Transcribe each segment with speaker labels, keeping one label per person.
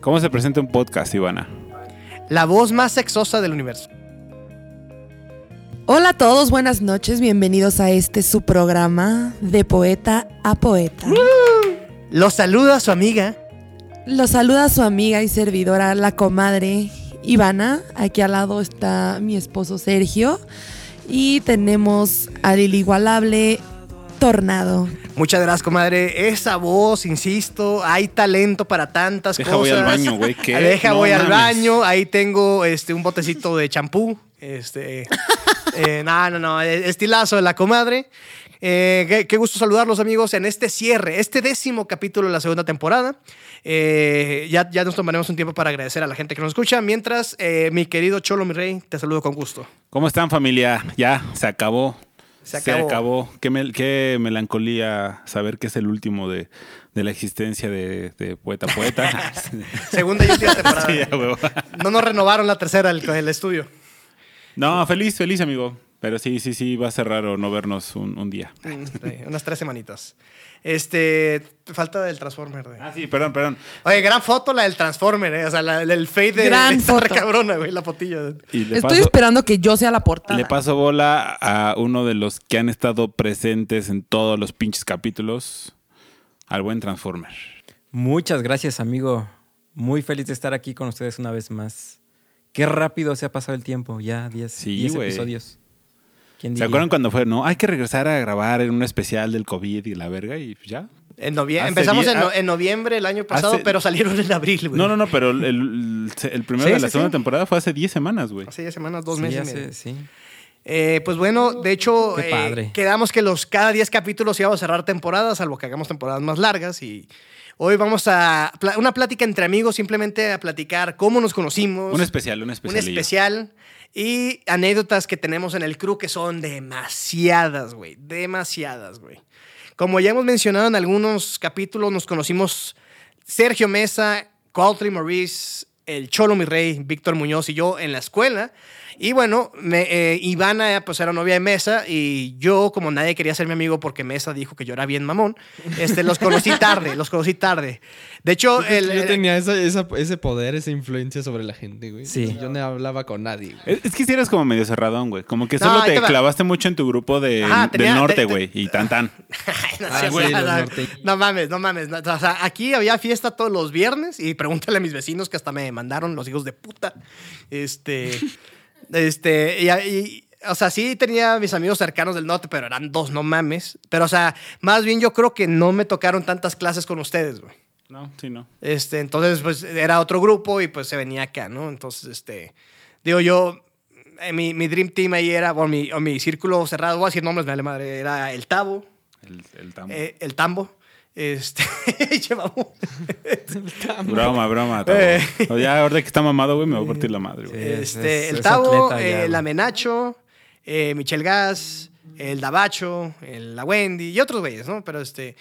Speaker 1: ¿Cómo se presenta un podcast, Ivana?
Speaker 2: La voz más sexosa del universo.
Speaker 3: Hola a todos, buenas noches, bienvenidos a este su programa de poeta a poeta.
Speaker 2: Los saluda su amiga.
Speaker 3: Los saluda su amiga y servidora, la comadre Ivana. Aquí al lado está mi esposo Sergio. Y tenemos al inigualable Tornado.
Speaker 2: Muchas gracias, comadre. Esa voz, insisto, hay talento para tantas
Speaker 1: Deja, voy
Speaker 2: cosas.
Speaker 1: al baño, güey. ¿qué?
Speaker 2: Deja,
Speaker 1: No
Speaker 2: voy al
Speaker 1: mames.
Speaker 2: baño. Ahí tengo este, un botecito de champú. Este, eh, no, no, no. eh, Estilazo de la comadre. Eh, qué, qué gusto saludarlos, amigos, en este cierre, este décimo capítulo de la segunda temporada. Eh, ya, ya nos tomaremos un tiempo para agradecer a la gente que nos escucha. Mientras, eh, mi querido Cholo, mi rey, te saludo con gusto.
Speaker 1: ¿Cómo están, familia? Ya, se acabó.
Speaker 2: Se acabó.
Speaker 1: Qué, mel- qué melancolía saber que es el último de, de la existencia de, de Poeta Poeta.
Speaker 2: Segunda y última temporada.
Speaker 1: Sí, a huevo.
Speaker 2: No nos renovaron la tercera, el, el estudio.
Speaker 1: no, feliz, feliz, amigo. Pero sí, sí, sí, va a ser raro no vernos un, un día.
Speaker 2: Sí, Mm. unas tres semanitas. Este, falta del Transformer, güey.
Speaker 1: Ah, sí, perdón, perdón.
Speaker 2: Oye, gran foto la del Transformer, eh. O sea, la, el fade de,
Speaker 3: Gran
Speaker 2: de esta
Speaker 3: foto.
Speaker 2: recabrona, güey, la fotilla.
Speaker 1: Y le
Speaker 3: Estoy
Speaker 1: paso-
Speaker 3: esperando que yo sea la portada.
Speaker 1: Le paso bola a uno de los que han estado presentes en todos los pinches capítulos, al buen Transformer.
Speaker 4: Muchas gracias, amigo. Muy feliz de estar aquí con ustedes una vez más. Qué rápido se ha pasado el tiempo, ya 10
Speaker 1: Sí,
Speaker 4: 10
Speaker 1: güey.
Speaker 4: episodios. ¿Quién
Speaker 1: ¿Se
Speaker 4: diría?
Speaker 1: acuerdan cuando fue? No, hay que regresar a grabar en un especial del COVID y la verga y ya.
Speaker 2: En novie-
Speaker 1: Hace
Speaker 2: Empezamos
Speaker 1: die-
Speaker 2: en, no-
Speaker 1: hace-
Speaker 2: en noviembre del año pasado,
Speaker 1: hace-
Speaker 2: pero salieron en abril, güey.
Speaker 1: No, no, no, pero el, el, el primero
Speaker 2: Sí,
Speaker 1: de la
Speaker 2: sí,
Speaker 1: segunda
Speaker 2: sí.
Speaker 1: temporada fue hace 10 semanas, güey.
Speaker 2: Hace ya semanas, dos
Speaker 4: Sí,
Speaker 2: meses. y
Speaker 4: hace-
Speaker 2: medio.
Speaker 4: sí.
Speaker 2: Eh, pues bueno, de hecho,
Speaker 4: Qué
Speaker 2: eh,
Speaker 4: padre.
Speaker 2: quedamos que los cada 10 capítulos íbamos a cerrar temporadas, salvo que hagamos temporadas más largas. Y hoy vamos a pla- una plática entre amigos, simplemente a platicar cómo nos conocimos.
Speaker 1: Un especial, un
Speaker 2: un
Speaker 1: especial.
Speaker 2: especial y anécdotas que tenemos en el crew que son demasiadas, güey. Demasiadas, güey. Como ya hemos mencionado en algunos capítulos, nos conocimos Sergio Mesa, Cuautli Maurice, el Cholo Mi Rey, Víctor Muñoz y yo en la escuela. Y bueno, me- eh, Ivana pues era novia de Mesa y yo como nadie quería ser mi amigo porque Mesa dijo que yo era bien mamón, este, los conocí tarde, los conocí tarde. De hecho, el,
Speaker 5: yo tenía esa- esa- ese poder, esa influencia sobre la gente, güey.
Speaker 4: Sí.
Speaker 5: Yo no hablaba con nadie. güey.
Speaker 1: Es, es que si eres como medio cerradón, güey. Como que
Speaker 2: No,
Speaker 1: solo
Speaker 2: ahí
Speaker 1: te
Speaker 2: te va.
Speaker 1: clavaste mucho en tu grupo de,
Speaker 2: Ajá, tenía-
Speaker 1: del
Speaker 2: te-
Speaker 1: norte,
Speaker 2: te-
Speaker 1: güey. Y tan tan.
Speaker 2: No,
Speaker 5: Ah,
Speaker 2: sí,
Speaker 5: sí,
Speaker 2: güey,
Speaker 5: los
Speaker 2: no,
Speaker 5: norteños.
Speaker 2: no mames, no mames. no, o sea, aquí había fiesta todos los viernes y pregúntale a mis vecinos que hasta me mandaron los hijos de puta. Este, este, y, y- o sea, sí tenía mis amigos cercanos del norte, pero eran dos, no mames. Pero, o sea, más bien yo creo que no me tocaron tantas clases con ustedes, güey.
Speaker 1: No, sí, no.
Speaker 2: Este, entonces, pues era otro grupo y pues se venía acá, ¿no? Entonces, este, digo yo, eh, mi, mi Dream Team ahí era, o mi, o mi círculo cerrado, voy a decir nombres, me vale madre, era el Tabo.
Speaker 1: El, el tambo.
Speaker 2: Eh, el tambo. Este, llevamos.
Speaker 1: broma, broma. todo.
Speaker 2: Eh.
Speaker 1: No, Ya, ahorita que está mamado, güey, me voy a partir la madre, güey.
Speaker 4: Sí. Es-
Speaker 2: este,
Speaker 4: es-
Speaker 2: el
Speaker 4: es
Speaker 2: Tabo,
Speaker 4: atleta ya,
Speaker 2: eh,
Speaker 4: güey.
Speaker 2: el Amenacho, eh, Michel Gas, el Dabacho, el La Wendy y otros güeyes, ¿no? Pero este.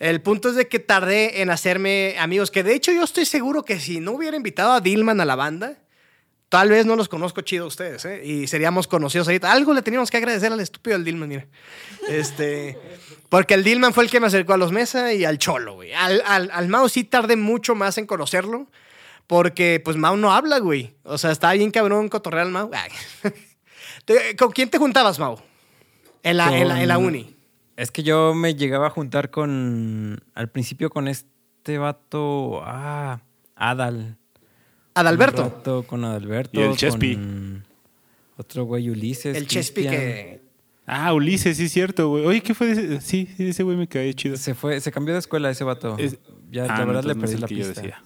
Speaker 2: El punto es de que tardé en hacerme amigos, que de hecho yo estoy seguro que si no hubiera invitado a Dillman a la banda, tal vez no los conozco chido a ustedes, ¿eh? Y seríamos conocidos ahorita. Algo le teníamos que agradecer al estúpido del Dillman, mira. Este, porque el Dillman fue el que me acercó a los Mesa y al Cholo, güey. Al, al, al Mao sí tardé mucho más en conocerlo, porque pues Mao no habla, güey. O sea, está bien cabrón cotorrear al Mao. Ay. Te- ¿Con quién te juntabas, Mao? En la, en la, en la
Speaker 4: Con-
Speaker 2: uni.
Speaker 4: Es que yo me llegaba a juntar con. Al principio con este vato. Ah, Adal.
Speaker 2: Adalberto.
Speaker 4: Un rato con Adalberto.
Speaker 1: Y el Chespi.
Speaker 4: con Otro güey, Ulises.
Speaker 2: El Chespi
Speaker 4: Cristian.
Speaker 2: que...
Speaker 1: Ah, Ulises, sí es cierto, güey. Oye, ¿qué fue de ese? Sí, sí, ese güey me cae chido.
Speaker 4: Se fue, se cambió de escuela ese vato.
Speaker 1: Es-
Speaker 4: Ya,
Speaker 1: Ah,
Speaker 4: la
Speaker 1: no,
Speaker 4: verdad le
Speaker 1: entonces no es
Speaker 4: perdí
Speaker 1: el
Speaker 4: la
Speaker 1: que yo
Speaker 4: pista.
Speaker 1: decía.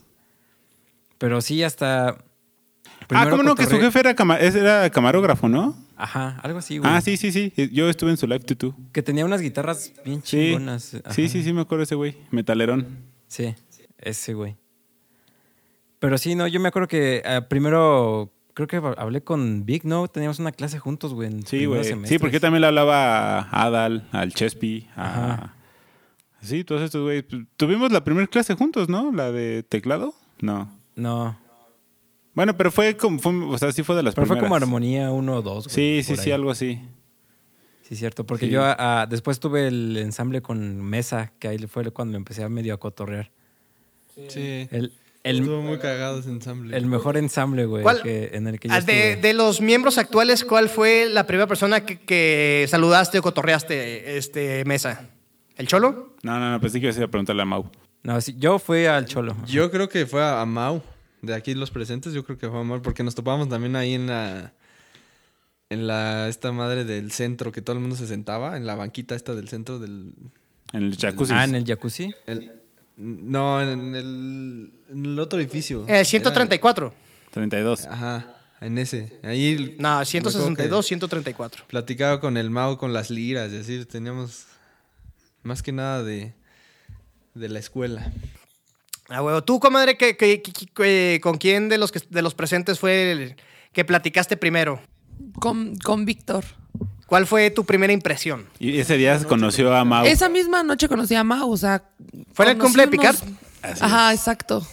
Speaker 4: Pero sí, hasta.
Speaker 1: Ah,
Speaker 4: primero
Speaker 1: ¿cómo no? Que su
Speaker 4: cotorre-
Speaker 1: jefe era, cama- ese era camarógrafo, ¿no?
Speaker 4: Ajá, algo así, güey.
Speaker 1: Ah, sí, sí, sí. Yo estuve en su live tú, tú.
Speaker 4: Que tenía unas guitarras bien
Speaker 1: Sí.
Speaker 4: chingonas. Ajá.
Speaker 1: sí, sí, sí, me acuerdo de ese güey. Metalerón.
Speaker 4: Sí, ese güey. Pero sí, no, yo me acuerdo que eh, primero. Creo que hablé con Big, ¿no? Teníamos una clase juntos, güey. en
Speaker 1: Sí,
Speaker 4: primeros
Speaker 1: güey. Sí,
Speaker 4: semestres.
Speaker 1: porque yo también le hablaba a Adal, al Chespi, a...
Speaker 4: Ajá.
Speaker 1: Sí, todos estos güey. Tuvimos la primera clase juntos, ¿no? La de teclado. No.
Speaker 4: No.
Speaker 1: Bueno, pero fue como... fue- o sea, sí fue de las
Speaker 4: Pero fue
Speaker 1: primeras.
Speaker 4: como armonía 1 o 2.
Speaker 1: Sí, sí, sí, algo así.
Speaker 4: Sí, cierto. Porque
Speaker 1: Sí.
Speaker 4: yo ah, ah, después tuve el ensamble con Mesa, que ahí fue cuando me empecé a medio a cotorrear.
Speaker 5: Sí.
Speaker 4: Él, El,
Speaker 5: Estuvo muy cagado ese ensamble.
Speaker 4: el mejor ensamble, güey,
Speaker 2: ¿Cuál?
Speaker 4: que- en el que yo
Speaker 2: Ah, De,
Speaker 4: estuve.
Speaker 2: de los miembros actuales, ¿cuál fue la primera persona que, que saludaste o cotorreaste este mesa? ¿El Cholo?
Speaker 1: No, no, no, pensé que ibas a ir a preguntarle a Mau.
Speaker 4: No, sí, yo fui al Cholo.
Speaker 5: Yo creo que fue a, a Mau, de aquí los presentes, yo creo que fue a Mau, porque nos topamos también ahí en la. En la. Esta madre del centro que todo el mundo se sentaba, en la banquita esta del centro del.
Speaker 1: En el jacuzzi.
Speaker 4: Ah, en el jacuzzi.
Speaker 5: el- no, en el, en el otro edificio.
Speaker 2: El 134.
Speaker 1: 32.
Speaker 5: Era- ajá, en ese. Ahí.
Speaker 2: No,
Speaker 5: me
Speaker 2: 162,
Speaker 5: acuerdo
Speaker 2: 134.
Speaker 5: que Platicaba con el Mau con las liras, es decir, teníamos. Más que nada de. De la escuela.
Speaker 2: Ah, huevo. ¿Tú, comadre, que, con quién de los, que, de los presentes fue el que platicaste primero?
Speaker 3: Con, con Víctor.
Speaker 2: ¿Cuál fue tu primera impresión?
Speaker 1: Y ese
Speaker 4: Ah,
Speaker 1: día se conoció a Mau.
Speaker 3: Esa misma noche conocí a Mau, o sea.
Speaker 2: ¿Fue en el
Speaker 3: conocí
Speaker 2: cumple de
Speaker 3: unos-
Speaker 2: Picard?
Speaker 1: Así
Speaker 3: Ajá, exacto.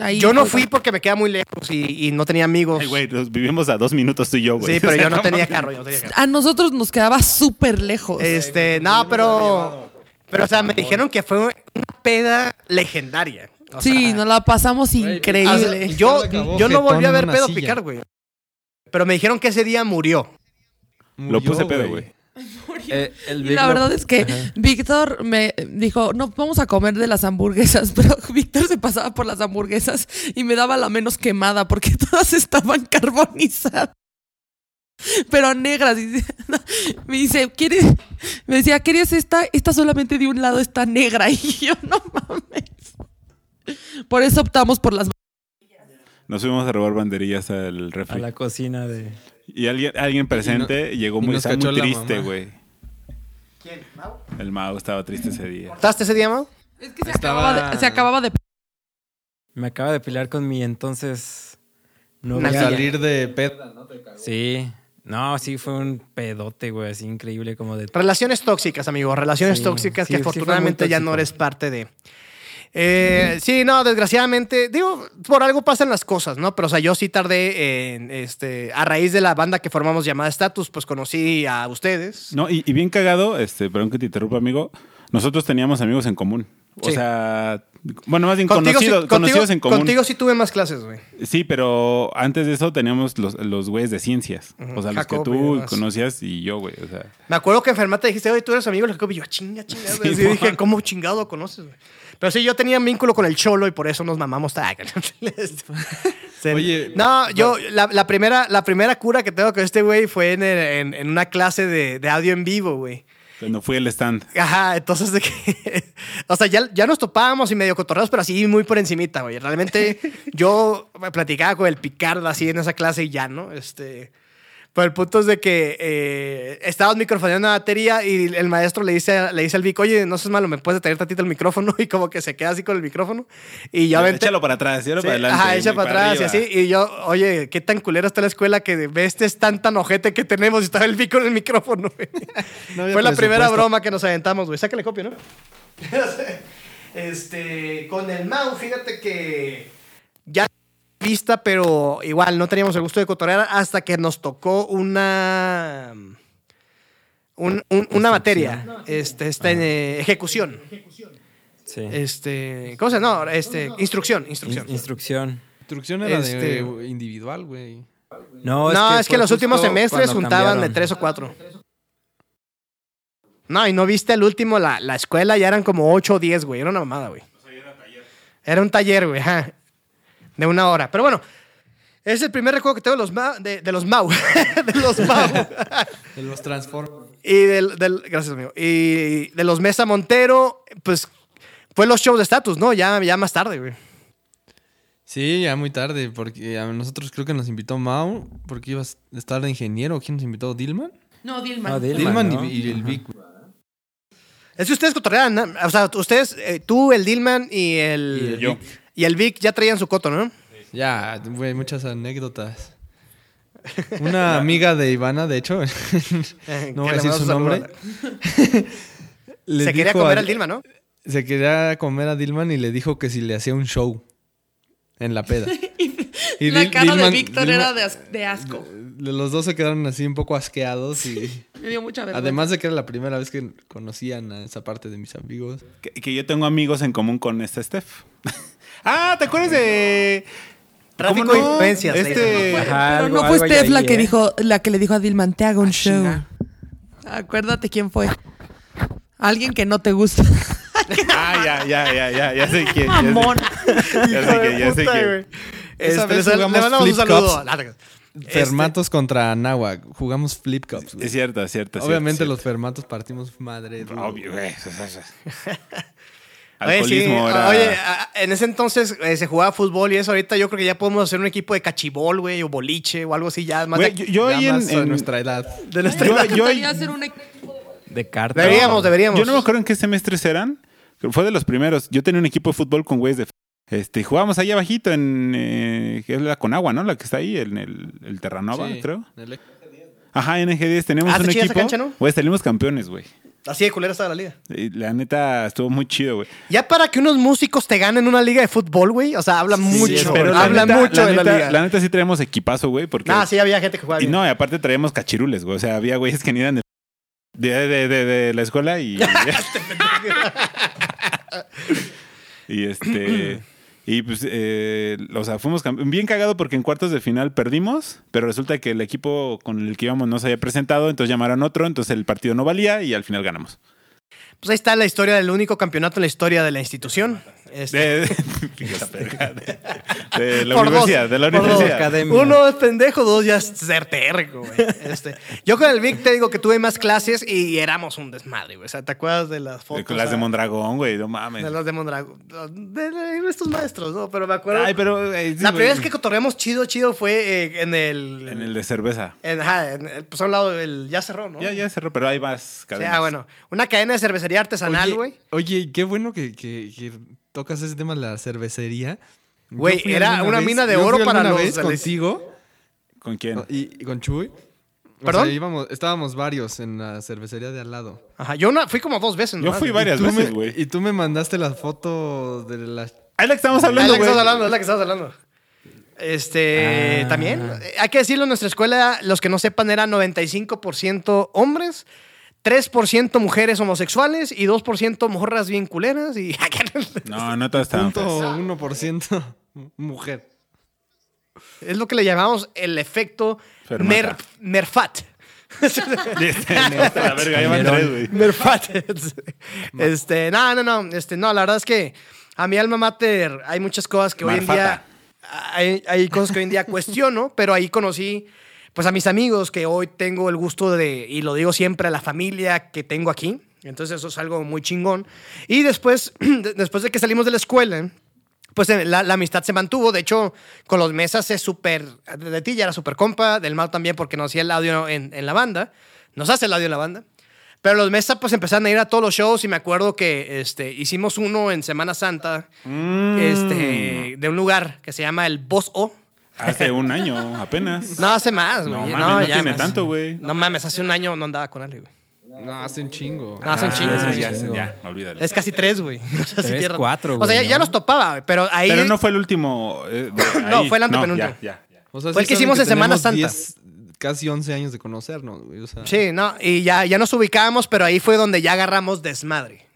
Speaker 3: Ahí
Speaker 2: yo no
Speaker 3: fue-
Speaker 2: fui porque me queda muy lejos y, y no tenía amigos.
Speaker 1: Ay, güey, nos vivimos a dos minutos tú y yo, güey.
Speaker 2: sí, pero yo no tenía carro, yo no tenía carro.
Speaker 3: A nosotros nos quedaba súper lejos.
Speaker 2: Este, no, pero. Pero, o sea, me dijeron que fue una peda legendaria. O
Speaker 3: sí,
Speaker 2: sea,
Speaker 3: nos la pasamos
Speaker 2: o
Speaker 3: increíble.
Speaker 2: sea, yo,
Speaker 5: Acabó
Speaker 2: yo no
Speaker 5: jetón
Speaker 2: volví a
Speaker 5: en
Speaker 2: ver
Speaker 5: una
Speaker 2: pedo
Speaker 5: silla.
Speaker 2: picar, güey. Pero me dijeron que ese día murió.
Speaker 1: Lo puse pedo, güey.
Speaker 4: Eh, el
Speaker 3: Y
Speaker 4: Big
Speaker 3: La
Speaker 4: Lo-
Speaker 3: verdad es que Víctor me dijo, no, vamos a comer de las hamburguesas, pero Víctor se pasaba por las hamburguesas y me daba la menos quemada porque todas estaban carbonizadas. Pero negras, Y dice- me dice, ¿quieres? Me decía, ¿quieres esta? Esta solamente de un lado está negra. Y yo, no mames. Por eso optamos por las.
Speaker 1: Nos fuimos a robar banderillas al
Speaker 4: a
Speaker 1: refri.
Speaker 4: la cocina de...
Speaker 1: Y alguien, alguien presente llegó
Speaker 5: y
Speaker 1: muy,
Speaker 5: nos
Speaker 1: estaba
Speaker 5: cachó
Speaker 1: muy
Speaker 5: la
Speaker 1: triste,
Speaker 5: mamá.
Speaker 1: güey.
Speaker 2: ¿Quién? ¿Mau?
Speaker 1: El Mau estaba triste ese día.
Speaker 2: ¿Cortaste ese día, Mau?
Speaker 3: Es que se,
Speaker 5: Estaba-
Speaker 3: acababa de, se acababa de-
Speaker 4: Me acaba de pelear con mi entonces...
Speaker 2: Una
Speaker 5: Al
Speaker 4: novia.
Speaker 2: silla.
Speaker 5: salir de pedo.
Speaker 4: Sí. No, sí, fue un pedote, güey, así increíble, como de...
Speaker 2: Relaciones tóxicas, amigo. Relaciones
Speaker 4: Sí,
Speaker 2: tóxicas
Speaker 4: sí,
Speaker 2: que
Speaker 4: sí fue muy
Speaker 2: afortunadamente ya no
Speaker 4: tóxico.
Speaker 2: eres parte de. Eh, sí, no, desgraciadamente, digo, por algo pasan las cosas, ¿no? Pero, o sea, yo sí tardé en, este, a raíz de la banda que formamos llamada Status, pues conocí a ustedes.
Speaker 1: No, y, y bien cagado, este, perdón que te interrumpa, amigo. Nosotros teníamos amigos en común. O
Speaker 2: Sí.
Speaker 1: sea, bueno, más bien conocidos,
Speaker 2: sí-
Speaker 1: conocidos en común.
Speaker 2: Contigo sí tuve más clases, güey.
Speaker 1: Sí, pero antes de eso teníamos los, los güeyes de ciencias.
Speaker 2: Ujú,
Speaker 1: O sea,
Speaker 2: Jacob
Speaker 1: los que
Speaker 2: y
Speaker 1: tú
Speaker 2: demás.
Speaker 1: conocías y yo, güey. O sea,
Speaker 2: Me acuerdo que enfermate dijiste, oye, tú eres amigo de Jacob", y yo, "Ah, chinga, chinga. güey.
Speaker 1: Sí,
Speaker 2: Y
Speaker 1: mon.
Speaker 2: dije, ¿cómo chingado lo conoces, güey? Pero sí, yo tenía un vínculo con el cholo y por eso nos mamamos. ta- Se-
Speaker 5: Oye,
Speaker 2: no, yo, la, la primera, la primera cura que tengo con este güey fue en, el- en- en una clase de, de audio en vivo, güey.
Speaker 1: cuando fui al stand.
Speaker 2: Ajá, entonces de que. o sea, ya, ya nos topábamos y medio cotorreos, pero así muy por encimita, güey. Realmente yo platicaba con el Picardo así en esa clase y ya, ¿no? Este. Pero el punto es de que eh, estábamos microfoneando la batería y el maestro le dice, a- le dice al Vic, oye, no seas malo, me puedes detener tantito el micrófono y como que se queda así con el micrófono. Y yo aventé.
Speaker 1: Échalo para atrás, échalo
Speaker 2: Sí,
Speaker 1: para adelante.
Speaker 2: Ajá, echa
Speaker 1: y
Speaker 2: para
Speaker 1: para
Speaker 2: atrás y
Speaker 1: arriba.
Speaker 2: así. Y yo, oye, qué tan culera está la escuela que ve este es tan tan ojete que tenemos y estaba el pico en el micrófono, güey.
Speaker 5: No había
Speaker 2: Fue la primera
Speaker 5: presupuesto.
Speaker 2: broma que nos aventamos, güey. Sácale copia, ¿no? este, con el Mau, fíjate que ya vista, pero igual no teníamos el gusto de cotorear hasta que nos tocó una. un- un- una materia, este, esta, eh, ejecución,
Speaker 4: Sí.
Speaker 2: este, ¿cómo se llama? No, este, instrucción, instrucción.
Speaker 4: In- Instrucción.
Speaker 5: Instrucción era de,
Speaker 2: Este-
Speaker 5: eh, individual, güey.
Speaker 4: No,
Speaker 2: no, es que,
Speaker 4: fue
Speaker 2: los últimos
Speaker 4: justo
Speaker 2: semestres
Speaker 4: cuando
Speaker 2: juntaban de
Speaker 4: cambiaron.
Speaker 2: tres o cuatro. No, y no viste el último, la, la escuela ya eran como ocho o diez, güey. Era una mamada, güey. era un taller, güey, ajá. De una hora. Pero bueno, es el primer recuerdo que tengo de los Mau. De, de los Mau. de los Mau.
Speaker 5: De los Transformers.
Speaker 2: y del, del- Gracias, amigo. Y de los Mesa Montero, pues fue los shows de estatus, ¿no? Ya, ya más tarde, güey.
Speaker 5: Sí, ya muy tarde, porque a nosotros creo que nos invitó Mau, porque ibas a estar de ingeniero. ¿Quién nos invitó? ¿Dilman?
Speaker 3: No, Dilma.
Speaker 4: No, Dilma.
Speaker 5: Dilman
Speaker 4: ¿no?
Speaker 5: y, y el
Speaker 4: Ajá.
Speaker 5: Vic.
Speaker 2: Es que ustedes cotorreaban, ¿no? o sea, ustedes, eh, tú, el Dillman y el...
Speaker 5: Y el
Speaker 1: Yo.
Speaker 2: y el Vic ya traían su coto, ¿no?
Speaker 5: Ya, güey, muchas anécdotas. Una amiga de Ivana, de hecho,
Speaker 2: Eh,
Speaker 5: no
Speaker 2: que
Speaker 5: voy a
Speaker 2: le
Speaker 5: decir
Speaker 2: mandamos
Speaker 5: su
Speaker 2: un
Speaker 5: nombre.
Speaker 2: saludo.
Speaker 5: le
Speaker 2: Se quería
Speaker 5: dijo
Speaker 2: comer
Speaker 5: a-
Speaker 2: al Dilma, ¿no?
Speaker 5: Se quería comer a Dilman y le dijo que si le hacía un show en la peda. Y
Speaker 3: la
Speaker 5: Dil-
Speaker 3: cara
Speaker 5: Dilman-
Speaker 3: de Víctor
Speaker 5: Dilman-
Speaker 3: era de, as- de asco.
Speaker 5: Los dos se quedaron así un poco asqueados y...
Speaker 3: Me dio mucha vergüenza.
Speaker 5: Además de que era la primera vez que conocían a esa parte de mis amigos.
Speaker 1: Que, que yo tengo amigos en común con esta este Steph. Ah, ¿te acuerdas de.
Speaker 2: Tráfico
Speaker 1: ¿Cómo
Speaker 2: de influencias, le
Speaker 1: Este.
Speaker 2: dicen.
Speaker 4: Ajá,
Speaker 3: Pero
Speaker 4: algo-
Speaker 3: no fue
Speaker 4: algo hay
Speaker 3: Steph la
Speaker 4: ahí,
Speaker 3: que
Speaker 4: ¿eh? Ah,
Speaker 3: dijo, la que le dijo a Dilman, te hago un show.
Speaker 1: chinga.
Speaker 3: Acuérdate quién fue. Alguien que no te gusta.
Speaker 1: Ah, ya, ya, ya, ya, ya sé quién. ya sé-
Speaker 3: Mamón.
Speaker 1: Ya sé quién, ya sé
Speaker 2: Puta,
Speaker 1: quién.
Speaker 2: güey. Este,
Speaker 5: vez
Speaker 2: les- le
Speaker 5: jugamos
Speaker 2: mandamos un
Speaker 5: flip
Speaker 2: saludo.
Speaker 3: Este
Speaker 2: este,
Speaker 5: Fermatos contra Nahuac. Jugamos flip cups. güey.
Speaker 1: Es cierto, es cierto. es
Speaker 5: Obviamente
Speaker 1: cierto,
Speaker 5: los fermatos partimos madre.
Speaker 1: es
Speaker 5: duro,
Speaker 1: cierto. Este, Obvio,
Speaker 5: güey.
Speaker 1: güey. eso, eso, eso.
Speaker 2: Oye, sí,
Speaker 1: Alcoholismo era.
Speaker 2: oye, a- en ese entonces eh, se jugaba fútbol y eso. Ahorita yo creo que ya podemos hacer un equipo de cachibol, güey, o boliche o algo así ya. Más
Speaker 1: Güey,
Speaker 2: de-
Speaker 1: yo, yo
Speaker 5: Ya
Speaker 1: ahí en,
Speaker 5: más a
Speaker 1: en-
Speaker 5: nuestra edad.
Speaker 2: de nuestra
Speaker 1: yo-
Speaker 2: edad.
Speaker 1: yo-
Speaker 4: De carta.
Speaker 2: Deberíamos, deberíamos.
Speaker 1: Yo no me acuerdo en qué semestres eran. Fue de los primeros. Yo tenía un equipo de fútbol con güeyes de. f- Este, jugábamos ahí abajito en. eh, que es la Conagua, ¿no? La que está ahí, en el, el Terranova,
Speaker 5: Sí,
Speaker 1: creo.
Speaker 5: el-
Speaker 1: Ajá, en NG10 tenemos
Speaker 2: Ah, está
Speaker 1: un
Speaker 2: chida
Speaker 1: equipo.
Speaker 2: esa cancha, ¿no?
Speaker 1: Güey, salimos campeones, güey.
Speaker 2: Así de culera estaba la liga.
Speaker 1: Y La neta estuvo muy chido, güey.
Speaker 2: Ya para que unos músicos te ganen una liga de fútbol, güey. O sea, hablan mucho.
Speaker 1: pero la
Speaker 2: Hablan
Speaker 1: neta-
Speaker 2: mucho
Speaker 1: la
Speaker 2: de la
Speaker 1: neta-
Speaker 2: liga.
Speaker 1: La neta sí traíamos equipazo, güey, porque...
Speaker 2: Ah, sí, había gente que
Speaker 1: y
Speaker 2: jugaba bien.
Speaker 1: no, y aparte traíamos cachirules, güey. O sea, había güeyes que ni eran de... De, de- de- de la escuela y... y este... Y pues, eh, o sea, fuimos campe- bien cagado porque en cuartos de final perdimos, pero resulta que el equipo con el que íbamos no se había presentado, entonces llamaron otro, entonces el partido no valía y al final ganamos.
Speaker 2: Pues ahí está la historia del único campeonato en la historia de la institución. Este,
Speaker 1: De, de- de la
Speaker 2: por dos,
Speaker 1: universidad, de la
Speaker 2: por dos.
Speaker 1: universidad.
Speaker 4: Academia.
Speaker 2: Uno es pendejo, dos ya es ser terco, güey. Este, yo con el Vic te digo que tuve más clases y éramos un desmadre, güey. O sea, ¿te acuerdas de las
Speaker 1: De-
Speaker 2: fotos?
Speaker 1: Con las de
Speaker 2: ah?
Speaker 1: Mondragón, güey, no mames.
Speaker 2: De las de Mondragón. De, de estos maestros, ¿no? Pero me acuerdo.
Speaker 1: Ay, pero. eh, sí,
Speaker 2: la
Speaker 1: güey.
Speaker 2: primera vez que cotorreamos chido, chido fue eh, en el.
Speaker 1: En el de cerveza.
Speaker 2: en- ajá, en el- pues a un lado del. Ya cerró, ¿no?
Speaker 1: Ya, ya cerró, pero ahí vas.
Speaker 2: O
Speaker 1: cadenas.
Speaker 2: sea, bueno. Una cadena de cervecería artesanal,
Speaker 5: Oye,
Speaker 2: güey.
Speaker 5: Oye, y qué bueno que, que- que tocas ese tema de la cervecería. Yo
Speaker 2: Güey,
Speaker 5: fui
Speaker 2: era
Speaker 5: alguna
Speaker 2: una
Speaker 5: vez-
Speaker 2: mina de
Speaker 5: yo fui
Speaker 2: oro para
Speaker 5: alguna
Speaker 2: los
Speaker 5: vez
Speaker 2: de la-
Speaker 5: contigo
Speaker 1: ¿Con quién?
Speaker 5: y, y con Chuy. O
Speaker 2: ¿Perdón?
Speaker 5: sea, íbamos- estábamos varios en la cervecería de al lado.
Speaker 2: Ajá. Yo una- fui como dos veces,
Speaker 1: Yo
Speaker 2: nomás,
Speaker 1: fui
Speaker 2: güey.
Speaker 1: varias
Speaker 5: Tú me-
Speaker 1: veces, güey.
Speaker 5: y tú me mandaste la foto de la...
Speaker 1: Ahí la que estamos
Speaker 2: Es
Speaker 1: hablando,
Speaker 2: la que
Speaker 1: güey.
Speaker 2: estás hablando, es la que estás hablando. Este,
Speaker 4: Ah.
Speaker 2: también, eh, hay que decirlo, en nuestra escuela, los que no sepan, eran 95% hombres, 3% mujeres homosexuales y 2% morras bien culeras y...
Speaker 1: No, no todas estaban.
Speaker 5: Punto
Speaker 1: feas.
Speaker 5: 1% mujer.
Speaker 2: es lo que le llamamos el efecto
Speaker 1: Fermata.
Speaker 2: mer- Merfat.
Speaker 1: Este, no, la verga, ya van tres, güey.
Speaker 2: Merfat. este, no, no, no, este, no, la verdad es que a mi alma mater hay muchas cosas que hoy en día
Speaker 1: Marfata.
Speaker 2: hay, hay cosas que hoy en día cuestiono, pero ahí conocí pues a mis amigos que hoy tengo el gusto de y lo digo siempre a la familia que tengo aquí. Entonces eso es algo muy chingón. Y después de- después de que salimos de la escuela, pues eh, la, la amistad se mantuvo. De hecho, con los mesas es súper. De de ti ya era súper compa, del Mau también, porque nos hacía el audio en, en la banda. Nos hace el audio en la banda. Pero los mesas, pues empezaron a ir a todos los shows. Y me acuerdo que este, hicimos uno en Semana Santa
Speaker 1: Mm.
Speaker 2: este, de un lugar que se llama el Bos O.
Speaker 1: Hace un año, apenas.
Speaker 2: No, hace más, güey.
Speaker 1: No mames, no
Speaker 2: ya
Speaker 1: tiene
Speaker 2: más.
Speaker 1: tanto, güey.
Speaker 2: No mames, hace un año no andaba con Ale, güey.
Speaker 5: No, hace un chingo.
Speaker 2: No, hace un
Speaker 4: Ah,
Speaker 2: chingo.
Speaker 4: ya,
Speaker 2: güey.
Speaker 1: ya,
Speaker 4: chingo.
Speaker 1: ya, olvídalo.
Speaker 2: Es casi tres, güey. O sea, sí
Speaker 4: Tres,
Speaker 2: tienes-
Speaker 4: cuatro,
Speaker 2: O sea, ya,
Speaker 4: güey,
Speaker 2: ya
Speaker 4: ¿no?
Speaker 2: nos topaba, güey, pero ahí...
Speaker 1: Pero no fue el último. eh, de-
Speaker 2: No,
Speaker 1: ahí.
Speaker 2: fue el antepenúltimo. Ah,
Speaker 1: ya, ya.
Speaker 5: O sea,
Speaker 2: Fue el
Speaker 5: sí
Speaker 2: que
Speaker 5: saben
Speaker 2: hicimos en Semana
Speaker 5: tenemos
Speaker 2: Santa.
Speaker 5: 10, casi 11 años de conocernos, güey. o sea.
Speaker 2: Sí, no, y ya, ya nos ubicábamos, pero ahí fue donde ya agarramos desmadre.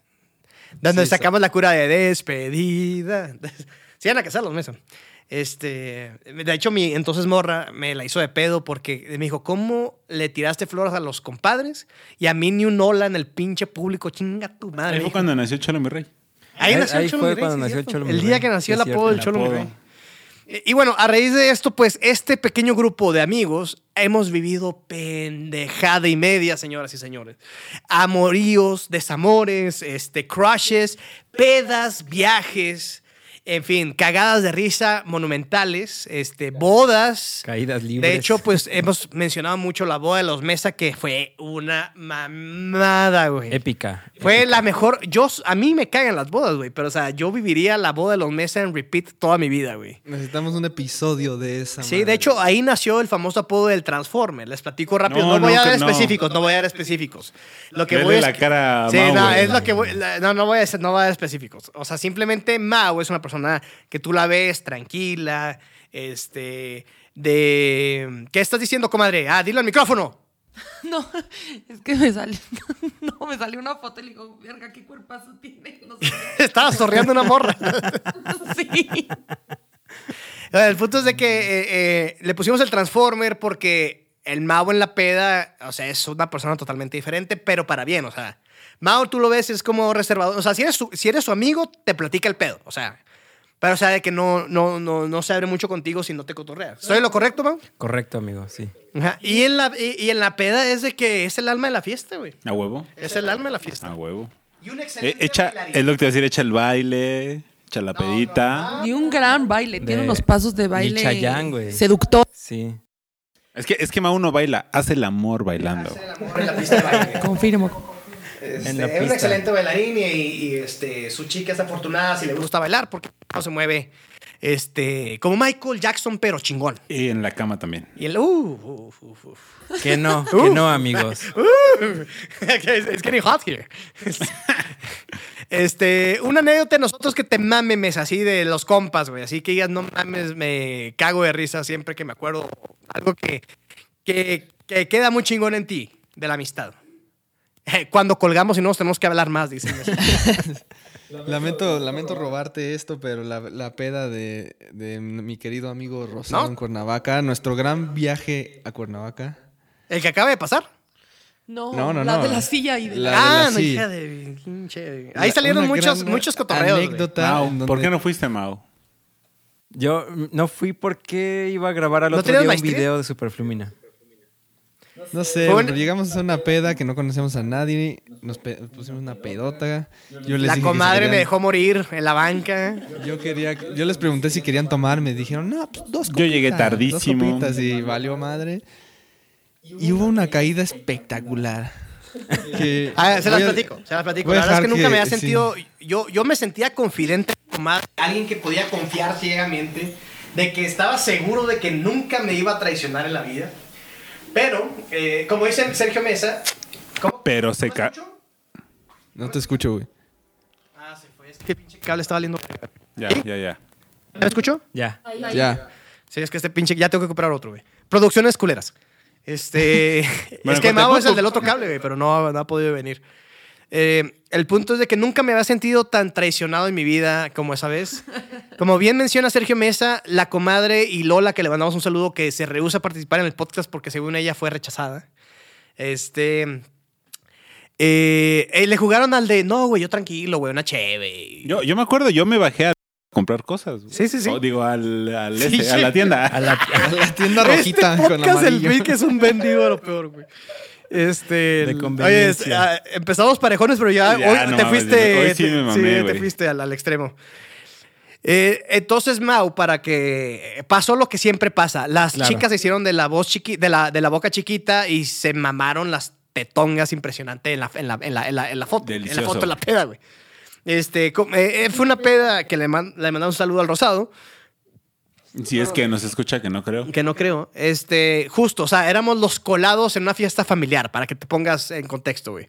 Speaker 2: Donde
Speaker 5: Sí,
Speaker 2: sacamos la cura de despedida. Sí, van a casar los meses. Este, de hecho, mi entonces morra me la hizo de pedo porque me dijo, ¿cómo le tiraste flores a los compadres y a mí ni un hola en el pinche público? Chinga tu
Speaker 1: Ahí
Speaker 2: madre.
Speaker 1: fue
Speaker 2: dijo.
Speaker 1: cuando nació Cholo mi rey.
Speaker 2: Ahí
Speaker 4: Ahí-
Speaker 2: nació el
Speaker 4: ahí
Speaker 2: Cholo
Speaker 4: fue
Speaker 2: Mirey,
Speaker 4: cuando
Speaker 2: sí,
Speaker 4: nació el
Speaker 2: cierto.
Speaker 4: Cholo
Speaker 2: El
Speaker 4: Mirey.
Speaker 2: día que nació
Speaker 4: Sí,
Speaker 2: el
Speaker 4: es cierto,
Speaker 2: apodo del
Speaker 1: el
Speaker 2: Cholo
Speaker 1: apodo.
Speaker 2: Mirey. Y y bueno, a raíz de esto, pues este pequeño grupo de amigos hemos vivido pendejada y media, señoras y señores. Amoríos, desamores, este, crushes, pedas, viajes, en fin, cagadas de risa monumentales, este, bodas.
Speaker 4: Caídas libres.
Speaker 2: De hecho, pues hemos mencionado mucho la boda de los Mesa, que fue una mamada, güey.
Speaker 4: épica.
Speaker 2: Fue la mejor. Yo, a mí me cagan las bodas, güey. Pero, o sea, yo viviría la boda de los meses en repeat toda mi vida, güey.
Speaker 5: Necesitamos un episodio de esa.
Speaker 2: Sí,
Speaker 5: madre.
Speaker 2: de hecho, ahí nació el famoso apodo del Transformer. Les platico rápido. No,
Speaker 1: No,
Speaker 2: voy
Speaker 1: no,
Speaker 2: a dar
Speaker 1: que no.
Speaker 2: específicos, no voy a dar específicos. Lo que
Speaker 1: Vele
Speaker 2: voy es
Speaker 1: la
Speaker 2: que-
Speaker 1: cara a
Speaker 2: Sí,
Speaker 1: Mau,
Speaker 2: no,
Speaker 1: güey.
Speaker 2: es lo que voy- la- No, no voy a decir, no voy a dar específicos. O sea, simplemente Mao es una persona que tú la ves tranquila, este. De. ¿Qué estás diciendo, comadre? Ah, dilo al micrófono.
Speaker 3: No, es que me salió, no, me salió una foto y le digo, verga, qué cuerpazo tiene. No sé.
Speaker 2: Estaba sorreando una morra.
Speaker 3: Sí.
Speaker 2: El punto es de que eh, eh, le pusimos el Transformer porque el Mao en la peda, o sea, es una persona totalmente diferente, pero para bien, o sea. Mao, tú lo ves, es como reservado. O sea, si eres su, si eres su amigo, te platica el pedo, o sea. Pero, o sea, de que no, no, no, no se abre mucho contigo si no te cotorreas. ¿Soy lo correcto, Mao?
Speaker 4: Correcto, amigo, sí.
Speaker 2: Ajá. Y en, la, y, y en la peda es de que es el alma de la fiesta, güey.
Speaker 1: A huevo.
Speaker 2: Es el alma de la fiesta.
Speaker 1: A huevo.
Speaker 2: Y un
Speaker 1: Eh,
Speaker 2: excelente
Speaker 1: echa,
Speaker 2: bailarín.
Speaker 1: es lo que te voy a decir, echa el baile, echa la pedita.
Speaker 3: Y un gran baile, tiene
Speaker 4: De-
Speaker 3: unos pasos de baile
Speaker 4: Chayán, güey.
Speaker 3: seductor.
Speaker 4: Sí.
Speaker 1: Es que, es que Mau no baila, hace el amor bailando.
Speaker 2: En la pista de baile.
Speaker 3: Confirmo.
Speaker 2: Este,
Speaker 4: En la
Speaker 2: es un
Speaker 4: pista.
Speaker 2: excelente bailarín y, y, este, su chica es afortunada si le gusta bailar porque no se mueve este, como Michael Jackson, pero chingón.
Speaker 1: Y en la cama también.
Speaker 2: Y el. Uh, uh, uh, uh.
Speaker 4: Que no, que no, amigos.
Speaker 2: It's it's getting hot here. Este, una anécdota de nosotros que te mames así de los compas, güey. Así que digas, no mames, me cago de risa siempre que me acuerdo. Algo que, que, que queda muy chingón en ti, de la amistad. Eh, Cuando colgamos y no nos tenemos que hablar más, dicen.
Speaker 5: Lamento, lamento robarte esto, pero la, la peda de, de mi querido amigo Rosado
Speaker 2: No.
Speaker 5: en Cuernavaca, nuestro gran viaje a Cuernavaca.
Speaker 2: ¿El que acaba de pasar?
Speaker 3: No,
Speaker 5: No, no,
Speaker 3: la
Speaker 5: no.
Speaker 3: de la silla y de
Speaker 5: La-
Speaker 3: la...
Speaker 2: ah,
Speaker 5: de
Speaker 2: no,
Speaker 5: sí.
Speaker 2: hija de pinche.
Speaker 5: La-
Speaker 2: Ahí salieron
Speaker 5: una
Speaker 2: muchos,
Speaker 5: gran
Speaker 2: muchos cotorreos. güey.
Speaker 5: Anécdota.
Speaker 1: Mau,
Speaker 5: en donde-
Speaker 1: ¿por qué no fuiste, Mau?
Speaker 4: Yo mm, no fui porque iba a grabar al
Speaker 2: ¿No
Speaker 4: otro
Speaker 2: tenías
Speaker 4: día un
Speaker 2: maestría?
Speaker 4: video de Superflumina.
Speaker 5: No sé,
Speaker 2: Fue un-
Speaker 5: pero llegamos a una peda que no conocíamos a nadie, nos pe- pusimos una pedota. Yo les dije
Speaker 2: La
Speaker 5: que si
Speaker 2: comadre me
Speaker 5: querían-
Speaker 2: dejó morir en la banca.
Speaker 5: Yo quería, yo les pregunté si querían tomar, me dijeron, no, pues dos
Speaker 1: Yo llegué
Speaker 5: copitas,
Speaker 1: tardísimo.
Speaker 5: Dos copitas y valió madre. Y hubo una caída espectacular. que-
Speaker 2: Ah, se las
Speaker 5: voy a-
Speaker 2: platico, se las platico.
Speaker 5: voy
Speaker 2: La
Speaker 5: a
Speaker 2: verdad es que
Speaker 5: dejar
Speaker 2: nunca me había
Speaker 5: sí.
Speaker 2: sentido. Yo, yo me sentía confidente, comadre. Alguien que podía confiar ciegamente, de que estaba seguro de que nunca me iba a traicionar en la vida. Pero, eh, como dice Sergio Mesa, ¿cómo?
Speaker 1: Pero se
Speaker 2: ¿Me
Speaker 1: ca-
Speaker 2: escucho?
Speaker 5: No te escucho, güey.
Speaker 2: Ah, se fue. Este pinche cable estaba lindo.
Speaker 1: Ya, ya, ya.
Speaker 2: ¿Me escucho?
Speaker 4: Ya.
Speaker 5: Ya.
Speaker 2: Sí, es que este pinche. Ya tengo que comprar otro, güey. Producciones culeras. Este.
Speaker 1: Bueno,
Speaker 2: es que
Speaker 1: con
Speaker 2: Mao es
Speaker 1: Tepoco.
Speaker 2: el del otro cable, güey, pero no, no ha podido venir. Eh, el punto es de que nunca me había sentido tan traicionado en mi vida como esa vez. Como bien menciona Sergio Mesa, la comadre y Lola, que le mandamos un saludo, que se rehúsa a participar en el podcast porque según ella fue rechazada. Este. eh, eh, le jugaron al de, no, güey, yo tranquilo, güey, una cheve.
Speaker 1: Yo, yo me acuerdo, yo me bajé a comprar cosas. güey.
Speaker 2: Sí, sí, sí.
Speaker 1: O digo, al, al
Speaker 2: Sí,
Speaker 1: este, a la
Speaker 2: sí.
Speaker 1: tienda.
Speaker 4: A la,
Speaker 5: A la tienda rojita
Speaker 2: este
Speaker 5: con
Speaker 2: podcast el
Speaker 5: amarillo.
Speaker 2: Vic es un vendido lo peor, güey. Este, el- oye, es-
Speaker 4: conveniencia.
Speaker 2: ah, empezamos parejones, pero ya,
Speaker 1: Ya,
Speaker 2: hoy
Speaker 1: no
Speaker 2: te
Speaker 1: mames,
Speaker 2: fuiste,
Speaker 1: hoy sí me
Speaker 2: te-
Speaker 1: mamé,
Speaker 2: te
Speaker 1: güey.
Speaker 2: fuiste al, al extremo. Eh, entonces, Mau, para que pasó lo que siempre pasa, las
Speaker 4: Claro.
Speaker 2: chicas se hicieron de la voz chiqui, de la, de la boca chiquita y se mamaron las tetongas impresionante en la, en la, en la, en la, en la foto, en la
Speaker 1: Delicioso.
Speaker 2: foto de la peda, güey. Este, com- eh, eh, fue una peda que le, man- le mandamos un saludo al Rosado.
Speaker 1: Si es que nos escucha, que no creo.
Speaker 2: Que no creo. Este, justo, o sea, éramos los colados en una fiesta familiar, para que te pongas en contexto, güey.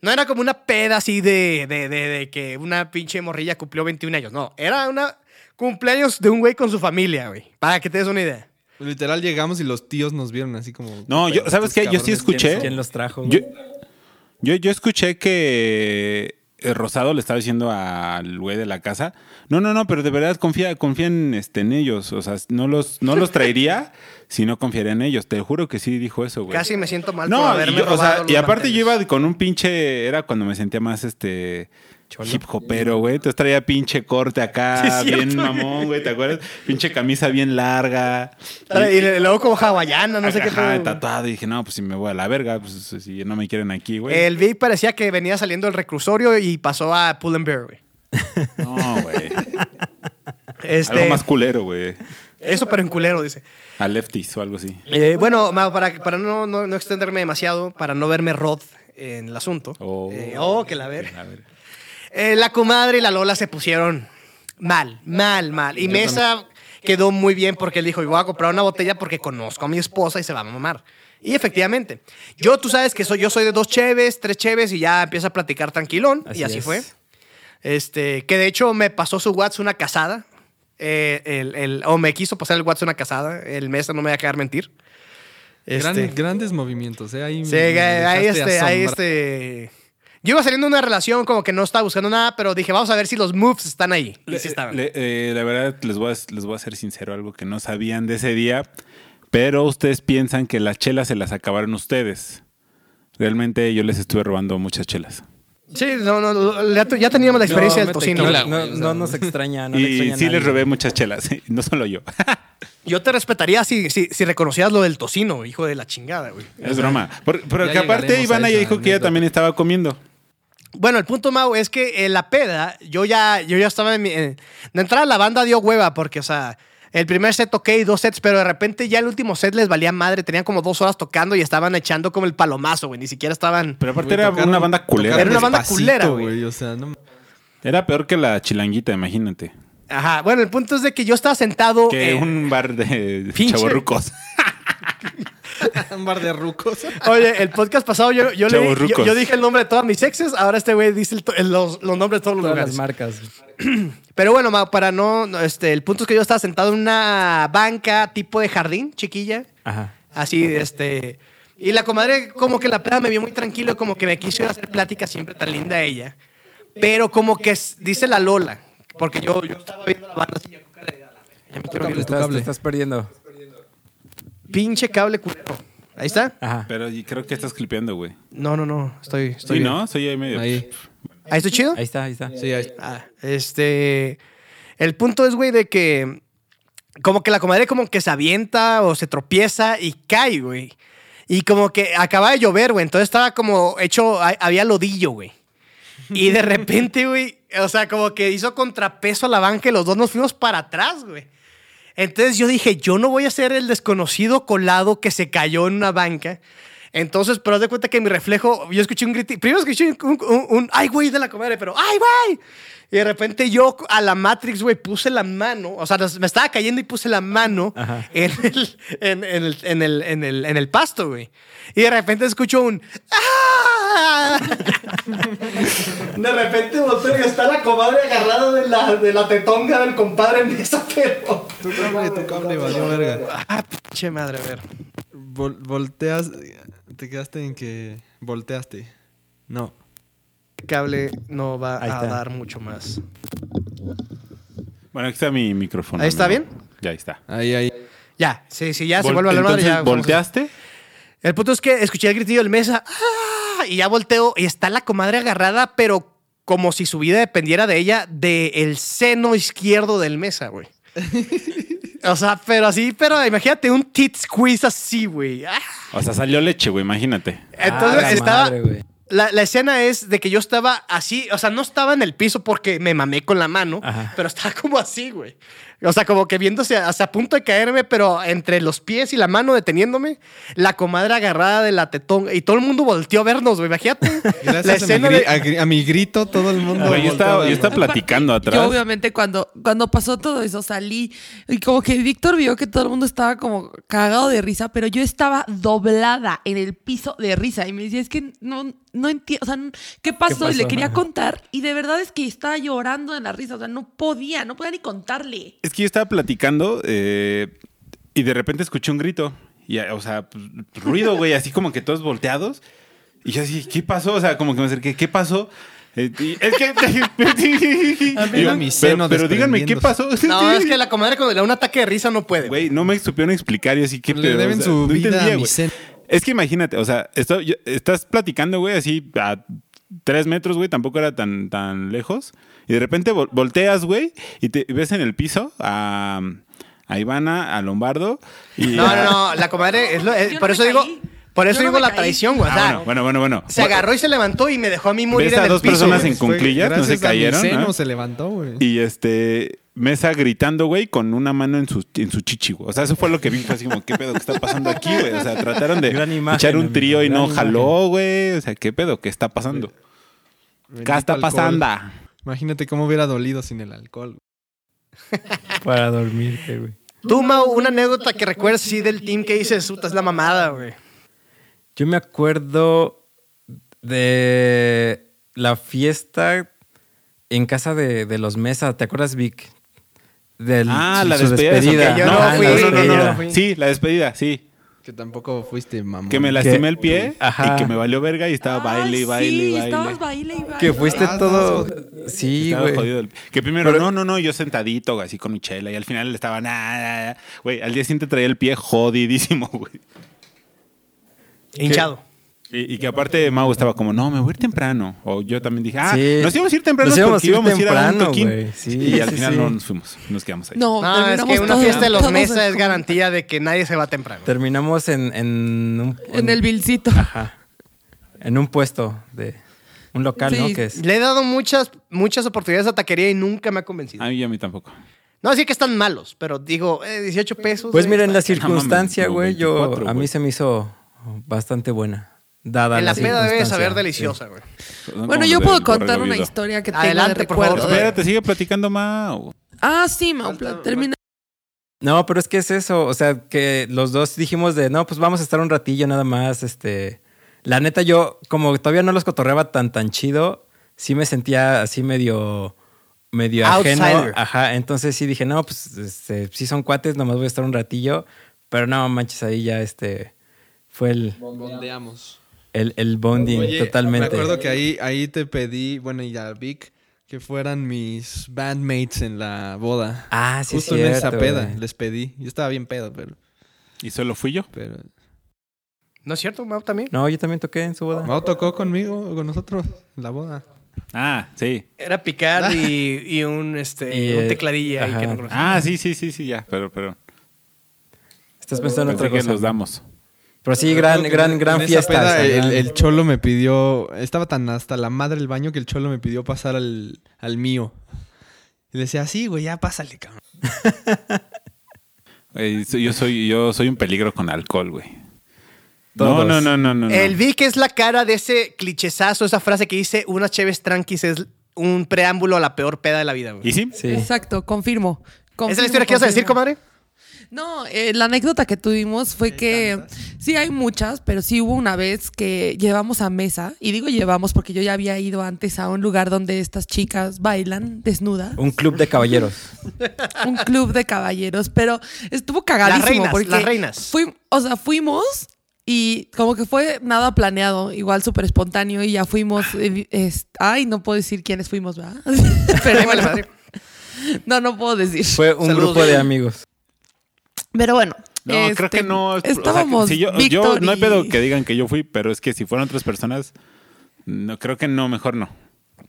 Speaker 2: No era como una peda así de, de, de, de que una pinche morrilla cumplió 21 años. No, era una cumpleaños de un güey con su familia, güey. Para que te des una idea.
Speaker 5: Literal llegamos y los tíos nos vieron así como.
Speaker 1: No, yo- ¿sabes qué? Yo sí
Speaker 5: Cabrones,
Speaker 1: escuché.
Speaker 5: ¿quiénes
Speaker 4: ¿Quién
Speaker 5: son?
Speaker 4: los trajo?
Speaker 1: Yo,
Speaker 4: güey?
Speaker 1: yo, yo escuché que eh, Rosado le estaba diciendo al güey de la casa, no, no, no, pero de verdad confía, confía en, este, en ellos. O sea, no los, no los traería si no confiaría en ellos. Te juro que sí dijo eso, güey.
Speaker 2: Casi me siento mal por
Speaker 1: No, y,
Speaker 2: haberme
Speaker 1: yo- o sea,
Speaker 2: robado los
Speaker 1: y aparte yo
Speaker 2: manteles.
Speaker 1: iba con un pinche, era cuando me sentía más este
Speaker 4: Cholo.
Speaker 1: hip hopero, güey. Entonces traía pinche corte acá,
Speaker 2: Sí, es cierto,
Speaker 1: bien mamón, güey, ¿te acuerdas? Pinche camisa bien larga.
Speaker 2: Y, le- luego como hawaiana, no sé qué.
Speaker 1: Ajá,
Speaker 2: pedo.
Speaker 1: tatuado. Y dije, no, pues si me voy a la verga, pues si no me quieren aquí, güey.
Speaker 2: El Vic parecía que venía saliendo del reclusorio y pasó a Pull and Bear, güey.
Speaker 1: No, güey.
Speaker 2: Este,
Speaker 1: Algo más culero, güey.
Speaker 2: Eso pero en culero, dice.
Speaker 1: A lefties o algo así.
Speaker 2: Eh, bueno, Mau, para, para no, no- no extenderme demasiado, para no verme rod en el asunto.
Speaker 1: Oh.
Speaker 2: Eh, oh, que la ver.
Speaker 1: A ver.
Speaker 2: Eh, la comadre y la Lola se pusieron mal, mal, mal. Y Mesa quedó muy bien porque él dijo, yo voy a comprar una botella porque conozco a mi esposa y se va a mamar. Y efectivamente, yo tú sabes que soy, yo soy de dos cheves, tres cheves y ya empieza a platicar tranquilón. y así
Speaker 4: es.
Speaker 2: fue. Este, que de hecho me pasó su WhatsApp una casada. Eh, el- el- o me quiso pasar el WhatsApp una casada. El Mesa no me va a quedar mentir.
Speaker 5: Gran-
Speaker 2: Este,
Speaker 5: grandes movimientos, ¿eh? Ahí
Speaker 2: sí,
Speaker 5: me- me
Speaker 2: ahí
Speaker 5: dejaste
Speaker 2: este, ahí
Speaker 5: asombrado.
Speaker 2: este. Yo iba saliendo de una relación como que no estaba buscando nada, pero dije, vamos a ver si los moves están ahí. Y sí estaban.
Speaker 1: Le- eh, la verdad, les voy, a, les voy a ser sincero, algo que no sabían de ese día, pero ustedes piensan que las chelas se las acabaron ustedes. Realmente yo les estuve robando muchas chelas.
Speaker 2: Sí, no, no, no, ya, tu- ya teníamos la experiencia del
Speaker 4: No, me
Speaker 2: tocino.
Speaker 4: tequila,
Speaker 5: Claro,
Speaker 4: No,
Speaker 5: güey, o
Speaker 4: no
Speaker 5: sea.
Speaker 4: nos extraña. No le
Speaker 1: y
Speaker 4: extraña a
Speaker 1: sí les
Speaker 4: nadie.
Speaker 1: robé muchas chelas, no solo yo.
Speaker 2: Yo te respetaría si, si, si reconocías lo del tocino, hijo de la chingada, güey.
Speaker 1: es broma. Por- pero
Speaker 5: Ya
Speaker 1: que aparte
Speaker 5: llegaremos
Speaker 1: Ivana
Speaker 5: a
Speaker 1: ya
Speaker 5: esa
Speaker 1: dijo que ella
Speaker 5: anécdota.
Speaker 1: también estaba comiendo.
Speaker 2: Bueno, el punto, Mau, es que en la peda, yo ya, yo ya estaba en mi. en- de entrada, la banda dio hueva, porque, o sea, el primer set toqué y dos sets, pero de repente ya el último set les valía madre. Tenían como dos horas tocando y estaban echando como el palomazo, güey. Ni siquiera estaban.
Speaker 1: Pero aparte
Speaker 5: Güey,
Speaker 1: era
Speaker 5: tocaron-
Speaker 1: una banda culera.
Speaker 5: tocaron
Speaker 2: Era una banda
Speaker 5: despacito,
Speaker 2: culera, güey.
Speaker 5: O sea, no
Speaker 1: Era peor que la chilanguita, imagínate.
Speaker 2: Ajá. Bueno, el punto es de que yo estaba sentado.
Speaker 1: Que
Speaker 2: eh,
Speaker 1: un bar de
Speaker 2: pinche-
Speaker 1: chavorrucos.
Speaker 5: un bar de rucos.
Speaker 2: Oye, el podcast pasado yo, yo, le,
Speaker 1: Chavos
Speaker 2: yo-
Speaker 1: rucos.
Speaker 2: yo dije el nombre de todas mis exes, ahora este güey dice el to- el- los, los nombres de todos los
Speaker 4: Todas
Speaker 2: lugares.
Speaker 4: las marcas.
Speaker 2: Pero bueno, Mau, para no, no, este, el punto es que yo estaba sentado en una banca tipo de jardín, chiquilla,
Speaker 4: Ajá.
Speaker 2: así, este, y la comadre como que la peda me vio muy tranquilo, como que me quiso ir a hacer plática siempre tan linda ella, pero como que s- dice la Lola, porque yo, yo estaba viendo la banda así, yo con cara de, "A la verga, ya me quiero
Speaker 4: Te
Speaker 2: ir".
Speaker 4: estás, te estás perdiendo.
Speaker 2: pinche cable culero. Ahí está.
Speaker 4: Ajá.
Speaker 1: Pero y creo que estás clipeando, güey.
Speaker 2: No, no, no, estoy, estoy.
Speaker 1: Sí,
Speaker 2: bien.
Speaker 1: ¿no? Soy ahí medio.
Speaker 5: Ahí.
Speaker 2: Ahí estoy chido.
Speaker 4: Ahí está, ahí está.
Speaker 5: Sí, ahí.
Speaker 2: Ah, este. El punto es, güey, de que. Como que la comadre como que se avienta o se tropieza y cae, güey. Y como que acaba de llover, güey. Entonces estaba como hecho. ha- Había lodillo, güey. Y de repente, güey. O sea, como que hizo contrapeso a la banca y los dos nos fuimos para atrás, güey. Entonces yo dije, yo no voy a ser el desconocido colado que se cayó en una banca. Entonces, pero haz de cuenta que mi reflejo, yo escuché un grito, primero escuché un, un- un, ay, güey, de la comadre, pero, ay, güey. Y de repente yo a la Matrix, güey, puse la mano, o sea, nos- me estaba cayendo y puse la mano en el, en, en el, en, el, en, el, en el pasto, güey. Y de repente escucho un, ¡ah! De repente volteo y está la comadre agarrada de la, de la tetonga del compadre en esa pero.
Speaker 5: Tu cable, tu cable, valió verga.
Speaker 2: Ah, pinche madre, a ver.
Speaker 5: Vol- volteas. Te quedaste en que. Volteaste. No.
Speaker 2: Cable no va
Speaker 4: Ahí
Speaker 2: a
Speaker 4: está.
Speaker 2: dar mucho más.
Speaker 1: Bueno, aquí está mi micrófono.
Speaker 2: ¿Ahí está
Speaker 1: amigo.
Speaker 2: bien?
Speaker 1: Ya ahí está.
Speaker 5: Ahí, ahí.
Speaker 2: Ya, sí, sí, ya se
Speaker 1: Vol-
Speaker 2: vuelve a la madre.
Speaker 1: entonces,
Speaker 2: Ya, vamos a-
Speaker 1: ¿Volteaste?
Speaker 2: El punto es que escuché el gritillo del mesa ¡ah! y ya volteo y está la comadre agarrada, pero como si su vida dependiera de ella, del el seno izquierdo del mesa, güey. O sea, pero así, pero imagínate un tit squeeze así, güey. ¡Ah!
Speaker 1: O sea, salió leche, güey, imagínate.
Speaker 2: Entonces
Speaker 4: Ah, la
Speaker 2: estaba.
Speaker 4: madre, güey.
Speaker 2: la, la escena es de que yo estaba así, o sea, no estaba en el piso porque me mamé con la mano,
Speaker 4: Ajá.
Speaker 2: pero estaba como así, güey. O sea, como que viéndose hasta a punto de caerme, pero entre los pies y la mano deteniéndome, la comadre agarrada de la tetón y todo el mundo volteó a vernos, güey. Imagínate. la
Speaker 5: Gracias a mi,
Speaker 2: escena
Speaker 5: gri-
Speaker 2: de-
Speaker 5: a gri- a mi grito, todo el mundo.
Speaker 1: Güey, yo
Speaker 5: volteó a
Speaker 1: estaba, yo
Speaker 5: verlo.
Speaker 1: estaba platicando
Speaker 3: Aparte,
Speaker 1: atrás.
Speaker 3: Yo obviamente cuando, cuando pasó todo eso salí y como que Víctor vio que todo el mundo estaba como cagado de risa, pero yo estaba doblada en el piso de risa y me decía, es que no, no entiendo, o sea, ¿qué pasó? Y le
Speaker 4: pasó?
Speaker 3: quería
Speaker 4: Ajá.
Speaker 3: contar y de verdad es que estaba llorando en la risa, o sea, no podía, no podía ni contarle.
Speaker 1: Es que yo estaba platicando eh, y de repente escuché un grito. Y, o sea, pues, ruido, güey, así como que todos volteados. Y yo así, ¿qué pasó? O sea, como que me acerqué, ¿qué pasó? Eh, y- es que. Y yo,
Speaker 5: mi
Speaker 1: pero-
Speaker 5: seno
Speaker 1: pero, díganme, ¿qué pasó?
Speaker 2: No, es que la comadre cuando le da un ataque de risa no puede.
Speaker 1: Güey, no me supieron explicar y así que...
Speaker 5: Pues Le deben su vida a mi seno.
Speaker 1: Es que imagínate, o sea, esto- yo- estás platicando, güey, así a tres metros, güey, tampoco era tan, tan lejos. Y de repente vol- volteas, güey, y te y ves en el piso a, a Ivana, a Lombardo. Y
Speaker 2: No, no, no, la comadre, es lo- es-
Speaker 3: Yo no
Speaker 2: por
Speaker 3: me
Speaker 2: eso digo,
Speaker 3: caí.
Speaker 2: por
Speaker 3: Yo
Speaker 2: eso
Speaker 3: no
Speaker 2: digo
Speaker 3: me
Speaker 2: la
Speaker 3: caí.
Speaker 2: traición, güey. O
Speaker 1: Ah,
Speaker 2: sea,
Speaker 1: bueno, bueno, bueno, bueno.
Speaker 2: se agarró y se levantó y me dejó a mí morir
Speaker 1: Ves
Speaker 2: en
Speaker 1: a
Speaker 2: el
Speaker 1: dos
Speaker 2: piso.
Speaker 1: personas
Speaker 2: güey.
Speaker 1: en cunclillas, no se
Speaker 5: Gracias a mi
Speaker 1: cayeron.
Speaker 5: seno
Speaker 1: ¿no?
Speaker 5: se levantó, güey.
Speaker 1: Y este... Mesa gritando, güey, con una mano en su, en su chichi, güey. O sea, eso fue lo que vi. Fue así como, ¿qué pedo que está pasando aquí, güey? O sea, trataron de
Speaker 4: Gran imagen,
Speaker 1: echar un trío y
Speaker 4: amigo,
Speaker 1: no
Speaker 4: gran
Speaker 1: jaló, güey. O sea, ¿qué pedo que está pasando?
Speaker 5: Bendito
Speaker 1: ¿Qué está
Speaker 5: alcohol.
Speaker 1: pasando?
Speaker 5: Imagínate cómo hubiera dolido sin el alcohol.
Speaker 4: Para dormirte, güey.
Speaker 2: Tú, Mau, una anécdota que recuerdes sí del team que dices, puta, es la mamada, güey.
Speaker 4: Yo me acuerdo de la fiesta en casa de, de los Mesa. ¿Te acuerdas, Vic? Del-
Speaker 1: Ah,
Speaker 4: su-
Speaker 1: la
Speaker 4: su
Speaker 1: despedida. de Sofía.
Speaker 2: Yo no
Speaker 1: Ah,
Speaker 2: fui,
Speaker 1: la
Speaker 2: yo no
Speaker 1: despedida.
Speaker 2: fui.
Speaker 1: Sí, la despedida, sí.
Speaker 5: Que Que tampoco fuiste mamón.
Speaker 1: Que me
Speaker 5: la...
Speaker 1: lastimé el pie
Speaker 4: Ajá.
Speaker 1: y que me valió verga y estaba baile y
Speaker 3: Ay,
Speaker 1: baile
Speaker 3: Ah, sí,
Speaker 1: y baile.
Speaker 3: estabas baile y baile.
Speaker 4: Que fuiste
Speaker 5: Ah,
Speaker 4: todo. Sí,
Speaker 1: Estaba
Speaker 4: güey.
Speaker 1: jodido el- Que primero,
Speaker 4: Pero-
Speaker 1: no, no, no, yo sentadito, güey, así con mi chela. Y al final estaba nada. Güey, al día siguiente traía el pie jodidísimo, güey.
Speaker 2: Hinchado.
Speaker 1: Y, y que aparte Mau estaba como, no, me voy a ir temprano. O yo también dije, ah,
Speaker 4: Sí.
Speaker 1: nos íbamos a ir temprano
Speaker 4: Nos
Speaker 1: porque
Speaker 4: íbamos
Speaker 1: íbamos,
Speaker 4: a ir
Speaker 1: a ir a un
Speaker 4: temprano,
Speaker 1: toquín.
Speaker 4: güey. Sí,
Speaker 1: y al
Speaker 4: sí,
Speaker 1: final
Speaker 4: sí.
Speaker 1: no nos fuimos, nos quedamos ahí.
Speaker 3: No,
Speaker 2: No, es
Speaker 3: terminamos
Speaker 2: que una
Speaker 3: todos-
Speaker 2: fiesta de los
Speaker 3: todos
Speaker 2: mesas es
Speaker 3: en-
Speaker 2: garantía de que nadie se va temprano.
Speaker 4: Terminamos en, en un.
Speaker 3: En el Vilcito.
Speaker 1: Ah,
Speaker 4: Ajá. En un puesto de. Un local,
Speaker 3: Sí.
Speaker 4: ¿no? Que es.
Speaker 2: Le he dado muchas, muchas oportunidades a taquería y nunca me ha convencido.
Speaker 1: A mí y a mí tampoco.
Speaker 2: No, así que están malos, pero digo, eh, 18 pesos.
Speaker 4: Pues
Speaker 2: eh,
Speaker 4: miren, la
Speaker 1: no mames,
Speaker 4: circunstancia,
Speaker 1: como
Speaker 4: güey, yo.
Speaker 1: 24,
Speaker 4: A mí
Speaker 1: güey.
Speaker 4: se me hizo bastante buena. Dada
Speaker 2: En la peda debe
Speaker 4: circunstancia.
Speaker 2: saber deliciosa, güey.
Speaker 3: Bueno, yo puedo contar una historia que tengo
Speaker 2: Adelante,
Speaker 3: de
Speaker 2: por favor.
Speaker 3: recuerdo. de-
Speaker 1: Espérate, sigue platicando Mau.
Speaker 3: Ah, sí, Maupla, termina.
Speaker 4: No, pero es que es eso, o sea, que los dos dijimos de, no, pues vamos a estar un ratillo nada más, este, la neta yo como todavía no los cotorreaba tan tan chido, sí me sentía así medio medio ajeno,
Speaker 2: Outsider.
Speaker 4: ajá, entonces sí dije, no, pues este, sí son cuates, nomás voy a estar un ratillo, pero no manches, ahí ya este fue el
Speaker 5: Bondeamos.
Speaker 4: el, el bonding
Speaker 5: Oye,
Speaker 4: totalmente.
Speaker 5: Me acuerdo que ahí, ahí te pedí, bueno, y a Vic, que fueran mis bandmates en la boda.
Speaker 4: Ah, sí es
Speaker 5: Justo en esa
Speaker 4: cierto,
Speaker 5: peda
Speaker 4: güey.
Speaker 5: les pedí. Yo estaba bien pedo, pero.
Speaker 1: Y solo fui yo.
Speaker 5: pero...
Speaker 2: ¿No es cierto, Mau, también?
Speaker 4: No, yo también toqué en su boda.
Speaker 5: Mau tocó conmigo, con nosotros, en la boda.
Speaker 1: Ah, sí.
Speaker 2: Era picar y, y un, este,
Speaker 4: Y,
Speaker 2: un
Speaker 4: eh,
Speaker 2: tecladilla ahí
Speaker 4: ajá.
Speaker 2: que no conocía.
Speaker 1: Ah, sí, sí, sí, sí, ya. Pero, pero.
Speaker 4: Estás pensando en
Speaker 1: Pensé
Speaker 4: otra
Speaker 1: que
Speaker 4: cosa.
Speaker 1: los damos.
Speaker 4: Pero sí, gran,
Speaker 5: Creo que
Speaker 4: gran,
Speaker 5: en-
Speaker 4: gran
Speaker 5: en esa
Speaker 4: fiesta.
Speaker 5: peda
Speaker 4: o sea, gran-
Speaker 5: el, el cholo me pidió. Estaba tan hasta la madre el baño que el cholo me pidió pasar al, al mío. Y le decía, sí, güey, ya pásale, cabrón.
Speaker 1: Eh, so- yo, soy, yo soy un peligro con alcohol, güey. No,
Speaker 4: Todos.
Speaker 1: no, no, no, no. no.
Speaker 2: El Vic es la cara de ese clichezazo, esa frase que dice unas cheves tranquis es un preámbulo a la peor peda de la vida, güey.
Speaker 1: ¿Y sí?
Speaker 4: Sí.
Speaker 3: Exacto, confirmo.
Speaker 2: ¿Esa es
Speaker 3: Confirmo,
Speaker 2: la historia que ibas a decir,
Speaker 3: confirmo.
Speaker 2: comadre?
Speaker 3: No, eh, la anécdota que tuvimos fue que sí hay muchas, pero sí hubo una vez que llevamos a mesa, y digo llevamos porque yo ya había ido antes a un lugar donde estas chicas bailan desnuda,
Speaker 4: Un club de caballeros.
Speaker 3: un club de caballeros, pero estuvo cagadísimo
Speaker 2: Las reinas,
Speaker 3: porque
Speaker 2: las reinas.
Speaker 3: fui- o sea, fuimos y como que fue nada planeado, igual súper espontáneo y ya fuimos, eh, es- ay, no puedo decir quiénes fuimos, ¿verdad? pero
Speaker 2: Ahí vale
Speaker 3: bueno,
Speaker 2: madre.
Speaker 3: no, no puedo decir.
Speaker 4: Fue un
Speaker 2: Saludos.
Speaker 4: grupo de amigos.
Speaker 3: Pero bueno.
Speaker 1: No, creo
Speaker 3: este,
Speaker 1: que no. es- o sea, que
Speaker 3: Estábamos.
Speaker 1: si yo, yo
Speaker 3: Víctor
Speaker 1: no hay
Speaker 3: y-
Speaker 1: pedo que digan que yo fui, pero es que si fueron otras personas, no creo que no, mejor no.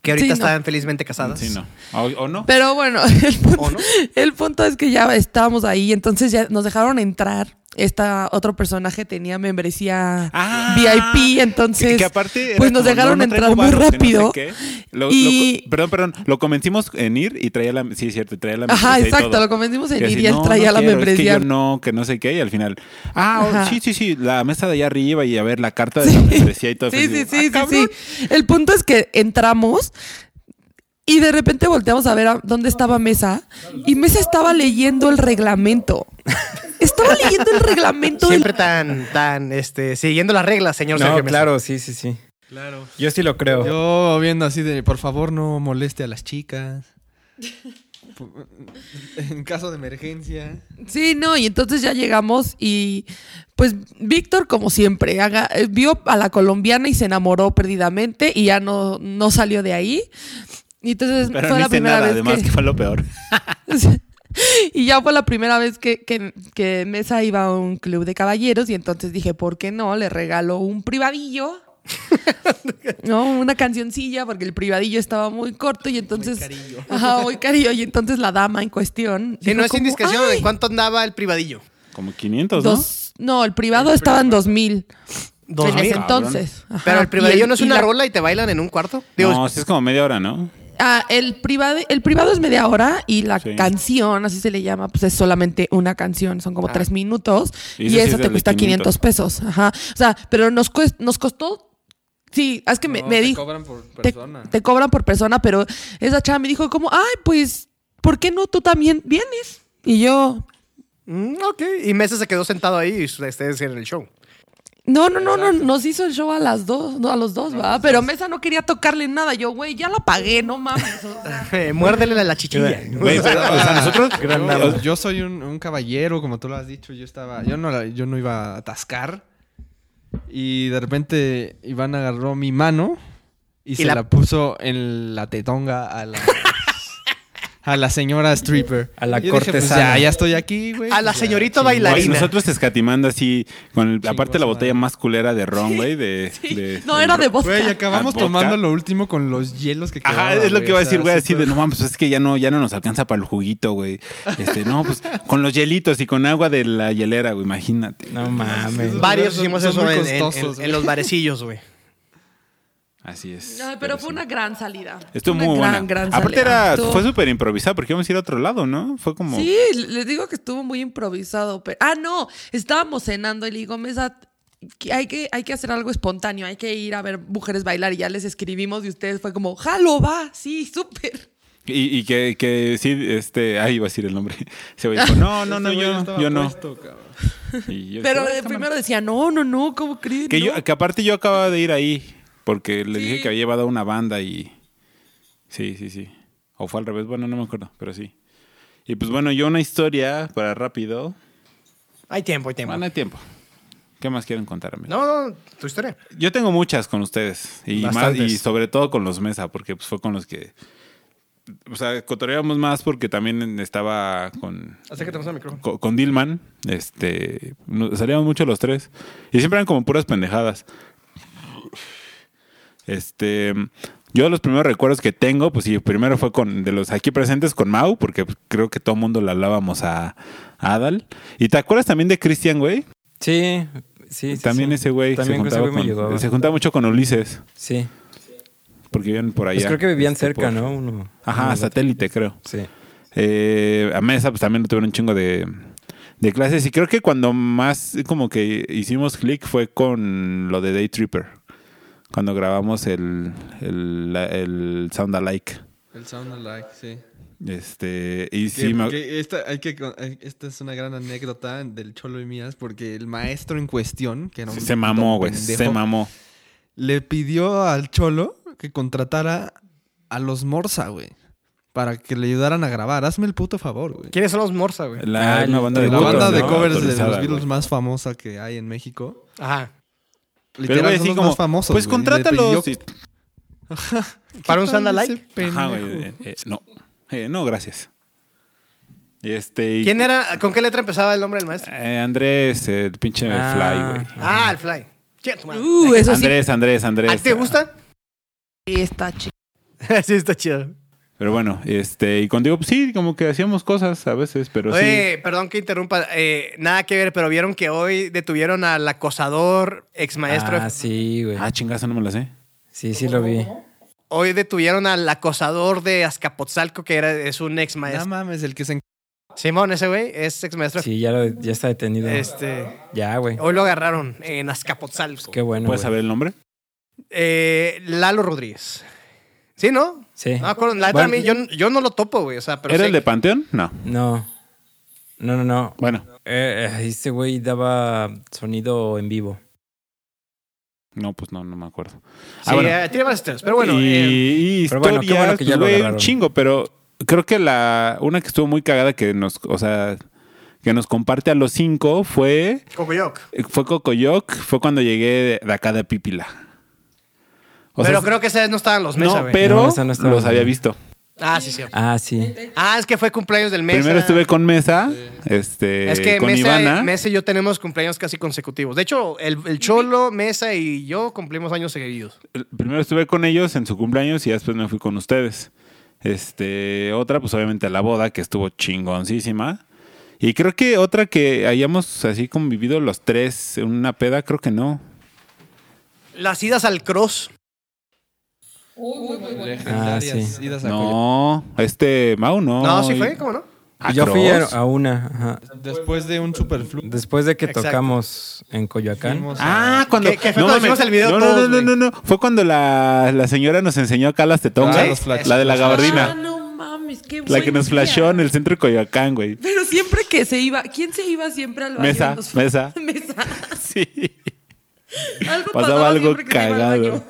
Speaker 2: Que ahorita
Speaker 3: Sí, no.
Speaker 2: están felizmente casadas.
Speaker 1: Sí, no. O, o no.
Speaker 3: Pero bueno, el punto,
Speaker 2: ¿O no?
Speaker 3: el punto es que ya estábamos ahí, entonces ya nos dejaron entrar. Esta otro personaje tenía membresía
Speaker 1: Ah,
Speaker 3: VIP,
Speaker 1: que-
Speaker 3: entonces
Speaker 1: que aparte era
Speaker 3: pues nos
Speaker 1: como,
Speaker 3: dejaron
Speaker 1: no, no traigo
Speaker 3: entrar muy
Speaker 1: barro, que no sé
Speaker 3: rápido.
Speaker 1: qué. Lo- lo-
Speaker 3: y-
Speaker 1: perdón, perdón. Lo convencimos en ir y traía la. Sí, es cierto, traía la.
Speaker 3: Ajá,
Speaker 1: membresía y
Speaker 3: exacto,
Speaker 1: todo.
Speaker 3: lo convencimos en
Speaker 1: Que
Speaker 3: ir
Speaker 1: así,
Speaker 3: y él
Speaker 1: no,
Speaker 3: traía
Speaker 1: no
Speaker 3: la
Speaker 1: quiero, es que
Speaker 3: membresía.
Speaker 1: yo no, que no sé qué. Y al final, ah, oh,
Speaker 3: Ajá.
Speaker 1: sí, sí, sí, la mesa de allá arriba y a ver la carta de la membresía y todo. Fue
Speaker 3: Sí, sí,
Speaker 1: así,
Speaker 3: sí,
Speaker 1: ah,
Speaker 3: sí, sí. El punto es que entramos y de repente volteamos a ver a dónde estaba Mesa y Mesa estaba leyendo el reglamento. Estaba leyendo el reglamento del
Speaker 2: Siempre tan, tan, este, siguiendo las reglas, señor
Speaker 4: No,
Speaker 2: Sergio Mesa.
Speaker 4: claro, sí, sí, sí.
Speaker 5: Claro.
Speaker 4: Yo sí lo creo.
Speaker 5: Yo viendo así de, por favor, no moleste a las chicas. Por- en caso de emergencia.
Speaker 3: Sí, no, y entonces ya llegamos y pues Víctor, como siempre, haga- eh, vio a la colombiana y se enamoró perdidamente y ya no, no salió de ahí. Y entonces
Speaker 1: Pero
Speaker 3: fue
Speaker 1: no
Speaker 3: la
Speaker 1: hice
Speaker 3: primera
Speaker 1: nada,
Speaker 3: vez
Speaker 1: además, que...
Speaker 3: que...
Speaker 1: fue lo peor.
Speaker 3: y ya fue la primera vez que, que- que Mesa iba a un club de caballeros y entonces dije, ¿por qué no? Le regalo un privadillo. no, una cancioncilla, porque el privadillo estaba muy corto y entonces... Ajá, muy carillo. Y entonces la dama en cuestión...
Speaker 2: Si no
Speaker 3: dijo
Speaker 2: es
Speaker 3: como,
Speaker 2: indiscreción,
Speaker 3: "Ay".
Speaker 2: ¿en cuánto andaba el privadillo?
Speaker 1: Como 500, ¿no?
Speaker 3: Dos, no, el privado estaba en 2000 en ese
Speaker 1: Cabrón.
Speaker 3: entonces. Ajá.
Speaker 2: Pues Pero el
Speaker 3: Y
Speaker 2: privadillo no es
Speaker 3: y
Speaker 2: una
Speaker 3: la-
Speaker 2: rola y te bailan en un cuarto. Digo,
Speaker 1: no, sí es como media hora, ¿no?
Speaker 3: Ah, el, privado, el privado es media hora y la
Speaker 1: Sí.
Speaker 3: canción, así se le llama, pues es solamente una canción, son como tres minutos
Speaker 1: Ah. Y
Speaker 3: y,
Speaker 1: ese sí
Speaker 3: esa
Speaker 1: es el
Speaker 3: te
Speaker 1: de
Speaker 3: cuesta 500 pesos. Ajá. O sea, pero nos, cuest- nos costó. Sí, es que me,
Speaker 5: No,
Speaker 3: me
Speaker 5: te
Speaker 3: dijo.
Speaker 5: cobran por
Speaker 3: te,
Speaker 5: persona.
Speaker 3: te cobran por persona, pero esa chava me dijo como, ay, pues, ¿por qué no tú también vienes? Y yo,
Speaker 2: mm, ok. Y Mesa se quedó sentado ahí y ustedes en este, el show.
Speaker 3: No, no, no, no, nos hizo el show a las dos, no, a los dos, va.
Speaker 5: pues
Speaker 3: Pero Mesa no quería tocarle nada. Yo, güey, ya la pagué, no mames. o sea.
Speaker 2: Eh, muérdele la chichilla.
Speaker 1: Güey, pero, o sea, nosotros.
Speaker 5: Yo, yo soy un, un caballero, como tú lo has dicho. Yo estaba, yo no, la- yo no iba a atascar. Y de repente Iván agarró mi mano y, se
Speaker 2: la-
Speaker 5: la... puso en la tetonga a la, a la señora stripper.
Speaker 4: A la
Speaker 5: Y yo dije, pues,
Speaker 4: cortesana.
Speaker 5: ya, ya estoy aquí, güey. pues
Speaker 2: A la
Speaker 5: Ya,
Speaker 2: señorita
Speaker 5: chingón.
Speaker 1: Güey,
Speaker 2: bailarina.
Speaker 1: nosotros escatimando así, con el- aparte la
Speaker 5: madre.
Speaker 1: botella más culera de ron, güey, de,
Speaker 3: Sí.
Speaker 1: de-
Speaker 3: no,
Speaker 1: de-
Speaker 3: era de vodka.
Speaker 5: Güey, acabamos
Speaker 1: ¿Vodka?
Speaker 5: tomando lo último con los hielos que quedaban.
Speaker 1: Ajá, es lo que iba a
Speaker 5: o sea,
Speaker 1: decir, güey, así
Speaker 5: súper-
Speaker 1: de no mames, pues es que ya no, ya no nos alcanza para el juguito, güey. Este, no, pues con los hielitos y con agua de la hielera, güey, imagínate.
Speaker 4: No mames.
Speaker 2: Varios
Speaker 5: Son-
Speaker 2: hicimos
Speaker 5: son
Speaker 2: eso
Speaker 5: muy
Speaker 2: en, en-
Speaker 5: costosos,
Speaker 2: en- en los barecillos, güey.
Speaker 1: Así es.
Speaker 3: Ay, pero fue
Speaker 1: sí.
Speaker 3: una gran salida.
Speaker 1: Estuvo
Speaker 3: Una
Speaker 1: muy buena.
Speaker 3: gran, gran
Speaker 1: Aparte
Speaker 3: salida.
Speaker 1: era,
Speaker 3: Estuvo-
Speaker 1: fue súper improvisado porque íbamos a ir a otro lado, ¿no? Fue como.
Speaker 3: Sí, les digo que estuvo muy improvisado. Pero... Ah, no, estábamos cenando y le digo, Mesa, que hay que, hay que hacer algo espontáneo, hay que ir a ver mujeres bailar y ya les escribimos y ustedes fue como, jalo, va, sí, súper.
Speaker 1: Y, y que, que sí, este, ahí iba a decir el nombre. Se güey dijo, no, no, no,
Speaker 5: Este güey ya
Speaker 1: yo,
Speaker 5: estaba
Speaker 1: yo no.
Speaker 5: puesto, cabrón.
Speaker 1: Y yo
Speaker 3: Pero
Speaker 1: dije,
Speaker 3: de
Speaker 1: "Ah,
Speaker 3: primero decía, no, no, no, ¿cómo creen?
Speaker 1: Que,
Speaker 3: No".
Speaker 1: yo, que aparte yo acababa de ir ahí, porque le dije
Speaker 3: Sí.
Speaker 1: que había llevado una banda y... Sí, sí, sí. O fue al revés, bueno, no me acuerdo, pero sí. Y pues bueno, yo una historia para rápido.
Speaker 2: Hay tiempo, hay tiempo.
Speaker 1: Bueno, hay tiempo. ¿Qué más quieren contar, amigo?
Speaker 2: No, no, tu historia.
Speaker 1: Yo tengo muchas con ustedes. Y, más,
Speaker 5: Bastantes.
Speaker 1: y sobre todo con los Mesa, porque pues, fue con los que... O sea, cotoreábamos más porque también estaba con,
Speaker 2: Acércate más al micrófono.
Speaker 1: con, con Dillman, este, no- salíamos mucho los tres. Y siempre eran como puras pendejadas. Este, yo los primeros recuerdos que tengo, pues sí, primero fue con de los aquí presentes con Mau, porque pues, creo que todo mundo le hablábamos a, a Adal. ¿Y te acuerdas también de Cristian, güey?
Speaker 4: Sí, sí. sí,
Speaker 1: también
Speaker 4: sí.
Speaker 1: ese güey se
Speaker 4: También ese
Speaker 1: juntaba,
Speaker 4: güey me
Speaker 1: con-
Speaker 4: ayudaba.
Speaker 1: se juntaba mucho con Ulises,
Speaker 4: Sí.
Speaker 1: porque vivían por allá.
Speaker 4: Pues creo que vivían
Speaker 1: este,
Speaker 4: cerca,
Speaker 1: por-
Speaker 4: ¿no? Uno-
Speaker 1: Ajá,
Speaker 4: uno-
Speaker 1: satélite, creo.
Speaker 4: Sí.
Speaker 1: Eh, a Mesa, pues también tuvieron un chingo de, de clases. Y creo que cuando más como que hicimos clic fue con lo de Day Tripper. Cuando grabamos el, el, la- el Sound Alike.
Speaker 5: El sound alike, sí.
Speaker 1: Este, y
Speaker 5: Que-
Speaker 1: sí, me-
Speaker 5: que esta, hay que con- hay- esta es una gran anécdota del Cholo y mías, porque el maestro en cuestión, que era un
Speaker 1: se mamó,
Speaker 5: don
Speaker 1: güey.
Speaker 5: pendejo,
Speaker 1: Se mamó.
Speaker 5: le pidió al Cholo que contratara a los Morsa, güey, para que le ayudaran a grabar. Hazme el puto favor, güey.
Speaker 2: ¿Quiénes son los Morsa, güey?
Speaker 1: La,
Speaker 4: Ah,
Speaker 1: una banda de
Speaker 5: La
Speaker 4: Puto,
Speaker 1: covers,
Speaker 5: banda de
Speaker 1: ¿no?
Speaker 5: covers de los
Speaker 1: Autorizada,
Speaker 5: Beatles
Speaker 1: güey.
Speaker 5: más famosa que hay en México.
Speaker 2: Ajá.
Speaker 1: Pero,
Speaker 5: Literal,
Speaker 1: güey,
Speaker 5: son
Speaker 1: así
Speaker 5: los
Speaker 1: como,
Speaker 5: más famosos.
Speaker 1: pues
Speaker 5: güey. Le
Speaker 1: contrátalos.
Speaker 5: pidió-
Speaker 1: y-
Speaker 2: Para un
Speaker 5: tal
Speaker 2: sandalay.
Speaker 5: ese pendejo?
Speaker 1: Ajá, güey. eh, eh, no, Eh, no, gracias. Este, y-
Speaker 2: ¿Quién era? ¿Con qué letra empezaba el nombre del maestro?
Speaker 1: eh, Andrés, eh, el pinche
Speaker 4: Ah.
Speaker 1: Fly, güey.
Speaker 2: Ah, el Fly. Che, tu madre.
Speaker 3: Uh, eso sí.
Speaker 1: Andrés, Andrés, Andrés.
Speaker 2: ¿A ti te gusta?
Speaker 3: Sí, Está chido.
Speaker 2: sí, está chido.
Speaker 1: Pero bueno, este, y contigo, pues sí, como que hacíamos cosas a veces, pero sí.
Speaker 2: Oye, perdón que interrumpa. eh, nada que ver, pero vieron que hoy detuvieron al acosador, ex maestro.
Speaker 4: Ah, sí, güey.
Speaker 1: Ah, chingazo, no me la sé.
Speaker 4: Sí, sí lo vi.
Speaker 2: Hoy detuvieron al acosador de Azcapotzalco, que era, es un ex
Speaker 5: No
Speaker 2: maestro.
Speaker 5: mames, el que se
Speaker 2: Simón, ese güey, es ex maestro.
Speaker 4: Sí, ya, lo- ya está detenido.
Speaker 2: Este,
Speaker 4: Ya, güey.
Speaker 2: hoy lo agarraron en Azcapotzalco.
Speaker 4: Qué bueno.
Speaker 1: ¿Puedes
Speaker 4: güey.
Speaker 1: saber el nombre?
Speaker 2: Eh, Lalo Rodríguez. ¿Sí, no?
Speaker 4: Sí.
Speaker 2: No me acuerdo. La neta,
Speaker 4: Bueno.
Speaker 2: a mí, yo, yo no lo topo, güey. O sea, pero
Speaker 1: ¿Era
Speaker 2: sé
Speaker 1: el de Panteón? No.
Speaker 4: No. No, no, no.
Speaker 1: Bueno,
Speaker 4: Eh, eh, este güey daba sonido en vivo.
Speaker 1: no, pues no, no me acuerdo.
Speaker 2: que-
Speaker 1: Ah,
Speaker 2: sí,
Speaker 1: bueno.
Speaker 2: eh, tiene varias historias, Pero bueno,
Speaker 1: y,
Speaker 2: eh,
Speaker 1: y
Speaker 4: pero bueno, qué
Speaker 1: historias,
Speaker 4: bueno que ya
Speaker 1: pues,
Speaker 4: lo
Speaker 1: güey, un
Speaker 4: agarraron.
Speaker 1: chingo, pero creo que la una que estuvo muy cagada que nos, o sea, que nos comparte a los cinco fue
Speaker 2: Cocoyoc.
Speaker 1: Eh, fue Cocoyoc, fue cuando llegué de, de acá de Pípila. O
Speaker 2: pero
Speaker 1: sea,
Speaker 2: creo que esa vez no estaban los mesa,
Speaker 1: no,
Speaker 2: güey.
Speaker 1: pero
Speaker 4: No, esa no estaba.
Speaker 1: los había visto.
Speaker 2: Ah, sí, cierto.
Speaker 4: Ah, sí.
Speaker 2: Ah, es que fue cumpleaños del mesa.
Speaker 1: Primero estuve con Mesa, este,
Speaker 2: Es que
Speaker 1: con
Speaker 2: Mesa,
Speaker 1: Ivana.
Speaker 2: Mesa y yo tenemos cumpleaños casi consecutivos. De hecho, el, el Cholo, Mesa y yo cumplimos años seguidos.
Speaker 1: el- primero estuve con ellos en su cumpleaños y ya después me fui con ustedes. Este, otra, pues obviamente a la boda, que estuvo chingoncísima. Y creo que otra que hayamos así convivido los tres en una peda, creo que no.
Speaker 2: Las idas al cross.
Speaker 5: legendarias
Speaker 4: sí.
Speaker 5: idas a
Speaker 1: No, este Mau no.
Speaker 2: No, sí fue, ¿cómo no?
Speaker 1: Ah,
Speaker 4: Yo fui a,
Speaker 1: Cross.
Speaker 4: a una. ajá.
Speaker 5: Coyoacán. Después de un superflujo.
Speaker 4: Después de que
Speaker 2: Exacto.
Speaker 4: tocamos en Coyoacán.
Speaker 5: fuimos a-
Speaker 1: Ah, cuando.
Speaker 2: Que- que fue cuando
Speaker 1: mames.
Speaker 2: hicimos el video
Speaker 1: No,
Speaker 2: todos,
Speaker 1: no, no,
Speaker 2: güey.
Speaker 1: no, no, Fue cuando la, la señora nos enseñó acá las
Speaker 5: Ah,
Speaker 1: tetongas.
Speaker 5: los flash-
Speaker 1: la de la
Speaker 5: los
Speaker 1: gabardina.
Speaker 3: Ah, no mames, qué
Speaker 1: la que
Speaker 3: buen
Speaker 1: nos
Speaker 3: día.
Speaker 1: flashó en el centro de Coyoacán, güey.
Speaker 3: Pero siempre que se iba, ¿quién se iba siempre al baño?
Speaker 1: Mesa,
Speaker 3: Los-
Speaker 1: mesa.
Speaker 3: Mesa.
Speaker 1: Sí. Pasaba
Speaker 3: Algo pasaba
Speaker 1: algo
Speaker 3: siempre que se iba al
Speaker 1: cagado.
Speaker 3: baño.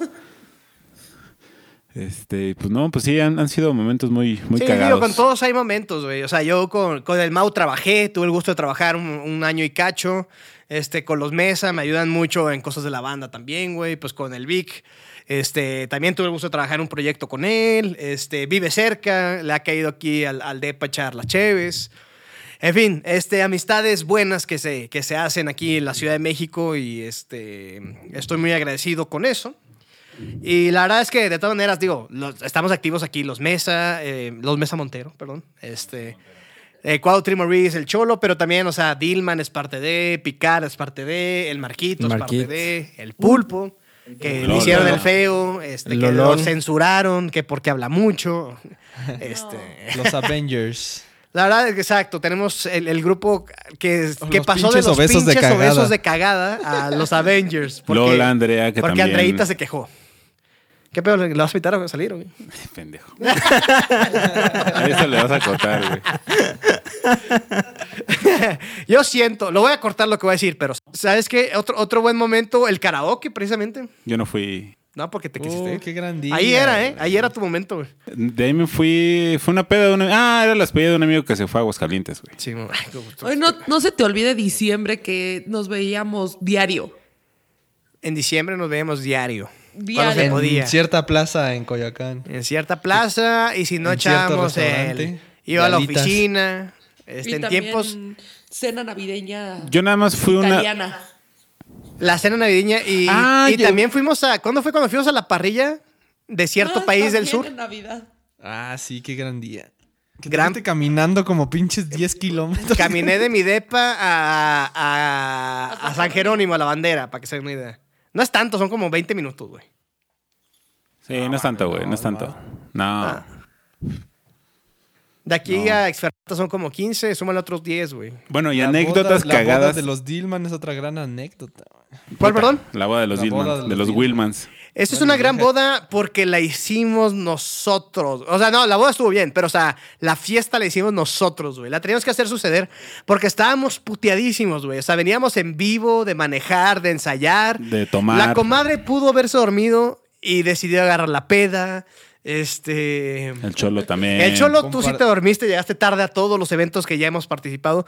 Speaker 1: Este, pues no, pues sí, han, han sido momentos muy, muy
Speaker 2: sí,
Speaker 1: cagados.
Speaker 2: digo, con todos hay momentos, güey. O sea, yo con, con el Mau trabajé, tuve el gusto de trabajar un, un año y cacho. Este, con los Mesa me ayudan mucho en cosas de la banda también, güey. Pues con el Vic, este, también tuve el gusto de trabajar en un proyecto con él. Este, vive cerca, le ha caído aquí al, al depa charlas chéves. En fin, este, amistades buenas que se, que se hacen aquí en la Ciudad de México y este, estoy muy agradecido con eso. Y la verdad es que de todas maneras, digo, los- estamos activos aquí, los Mesa, eh, los Mesa Montero, perdón, este, eh, Cuautri Morris, el Cholo, pero también, o sea, Dillman es parte de, Picar es parte de, el Marquito es parte
Speaker 4: Marquito.
Speaker 2: de, el Pulpo, que
Speaker 1: Lolo.
Speaker 2: le hicieron el feo, este, que lo
Speaker 4: Lolón.
Speaker 2: censuraron, que porque habla mucho, este...
Speaker 5: Los Avengers.
Speaker 2: La verdad es que exacto, tenemos el, el grupo que, que
Speaker 5: Los
Speaker 2: pasó de
Speaker 5: pinches
Speaker 2: los
Speaker 5: obesos de
Speaker 2: pinches
Speaker 5: cagada.
Speaker 2: obesos de cagada a los Avengers. Porque,
Speaker 1: Lola, Andrea, que
Speaker 2: porque
Speaker 1: también.
Speaker 2: Andreita se quejó. ¿Qué pedo? ¿Lo vas a invitar a salir? o qué?
Speaker 1: Pendejo. A eso le vas a cortar, güey.
Speaker 2: Yo siento, lo voy a cortar lo que voy a decir, pero ¿sabes qué? Otro, otro buen momento, el karaoke, precisamente.
Speaker 1: Yo no fui.
Speaker 2: No, porque te
Speaker 5: Oh,
Speaker 2: quisiste. ir.
Speaker 5: qué gran día.
Speaker 2: Ahí era, ¿eh? Ahí era tu momento, güey.
Speaker 1: De ahí me fui. Fue una peda de una. Ah, era la despedida de un amigo que se fue a Aguascalientes, güey.
Speaker 2: Sí,
Speaker 3: Ay, no, no se te olvide diciembre que nos veíamos diario.
Speaker 2: En diciembre nos veíamos diario.
Speaker 5: Cuando se
Speaker 3: Diario.
Speaker 2: Cuando podía.
Speaker 5: En cierta plaza en Coyoacán.
Speaker 2: En cierta plaza, y si no
Speaker 5: En cierto
Speaker 2: echábamos el.
Speaker 5: restaurante,
Speaker 2: Iba a la
Speaker 5: galitas.
Speaker 2: oficina. Este,
Speaker 3: Y
Speaker 2: en
Speaker 3: también
Speaker 2: tiempos.
Speaker 3: Cena navideña
Speaker 1: Yo nada más fui una.
Speaker 3: italiana.
Speaker 2: La cena navideña y,
Speaker 1: Ah,
Speaker 2: y
Speaker 1: ya.
Speaker 2: también fuimos a... ¿Cuándo fue cuando fuimos a la parrilla de cierto
Speaker 3: Ah,
Speaker 2: país del
Speaker 3: también
Speaker 2: sur?
Speaker 3: en Navidad.
Speaker 5: Ah, sí, qué gran día. Que te
Speaker 2: Gran- Eh,
Speaker 5: fuiste caminando como pinches 10 kilómetros.
Speaker 2: Caminé de mi depa a, a- a San Jerónimo, a la bandera, para que se den una idea. No es tanto, son como 20 minutos, güey.
Speaker 1: Sí, no, es tanto, güey. No, es tanto. No.
Speaker 2: Ah. De aquí a Exferrata son como 15, súmale otros 10, güey.
Speaker 1: Bueno, y
Speaker 5: La
Speaker 1: anécdotas
Speaker 5: boda- la boda
Speaker 1: cagadas.
Speaker 5: de los Dillman es otra gran anécdota.
Speaker 2: ¿Cuál,
Speaker 1: Puta,
Speaker 2: perdón?
Speaker 1: La boda de los
Speaker 5: La boda
Speaker 1: Dillmans.
Speaker 5: de
Speaker 1: De
Speaker 5: los
Speaker 1: los Willmans.
Speaker 2: Esta es
Speaker 5: Bueno,
Speaker 2: una gran
Speaker 5: deja-
Speaker 2: boda porque la hicimos nosotros. O sea, no, la boda estuvo bien, pero o sea, la fiesta la hicimos nosotros, güey. La teníamos que hacer suceder porque estábamos puteadísimos, güey. O sea, veníamos en vivo de manejar, de ensayar.
Speaker 1: De tomar.
Speaker 2: La comadre pudo haberse dormido y decidió agarrar la peda. Este.
Speaker 1: El Cholo también.
Speaker 2: El Cholo, tú sí
Speaker 5: compar-
Speaker 2: te dormiste, llegaste tarde a todos los eventos que ya hemos participado,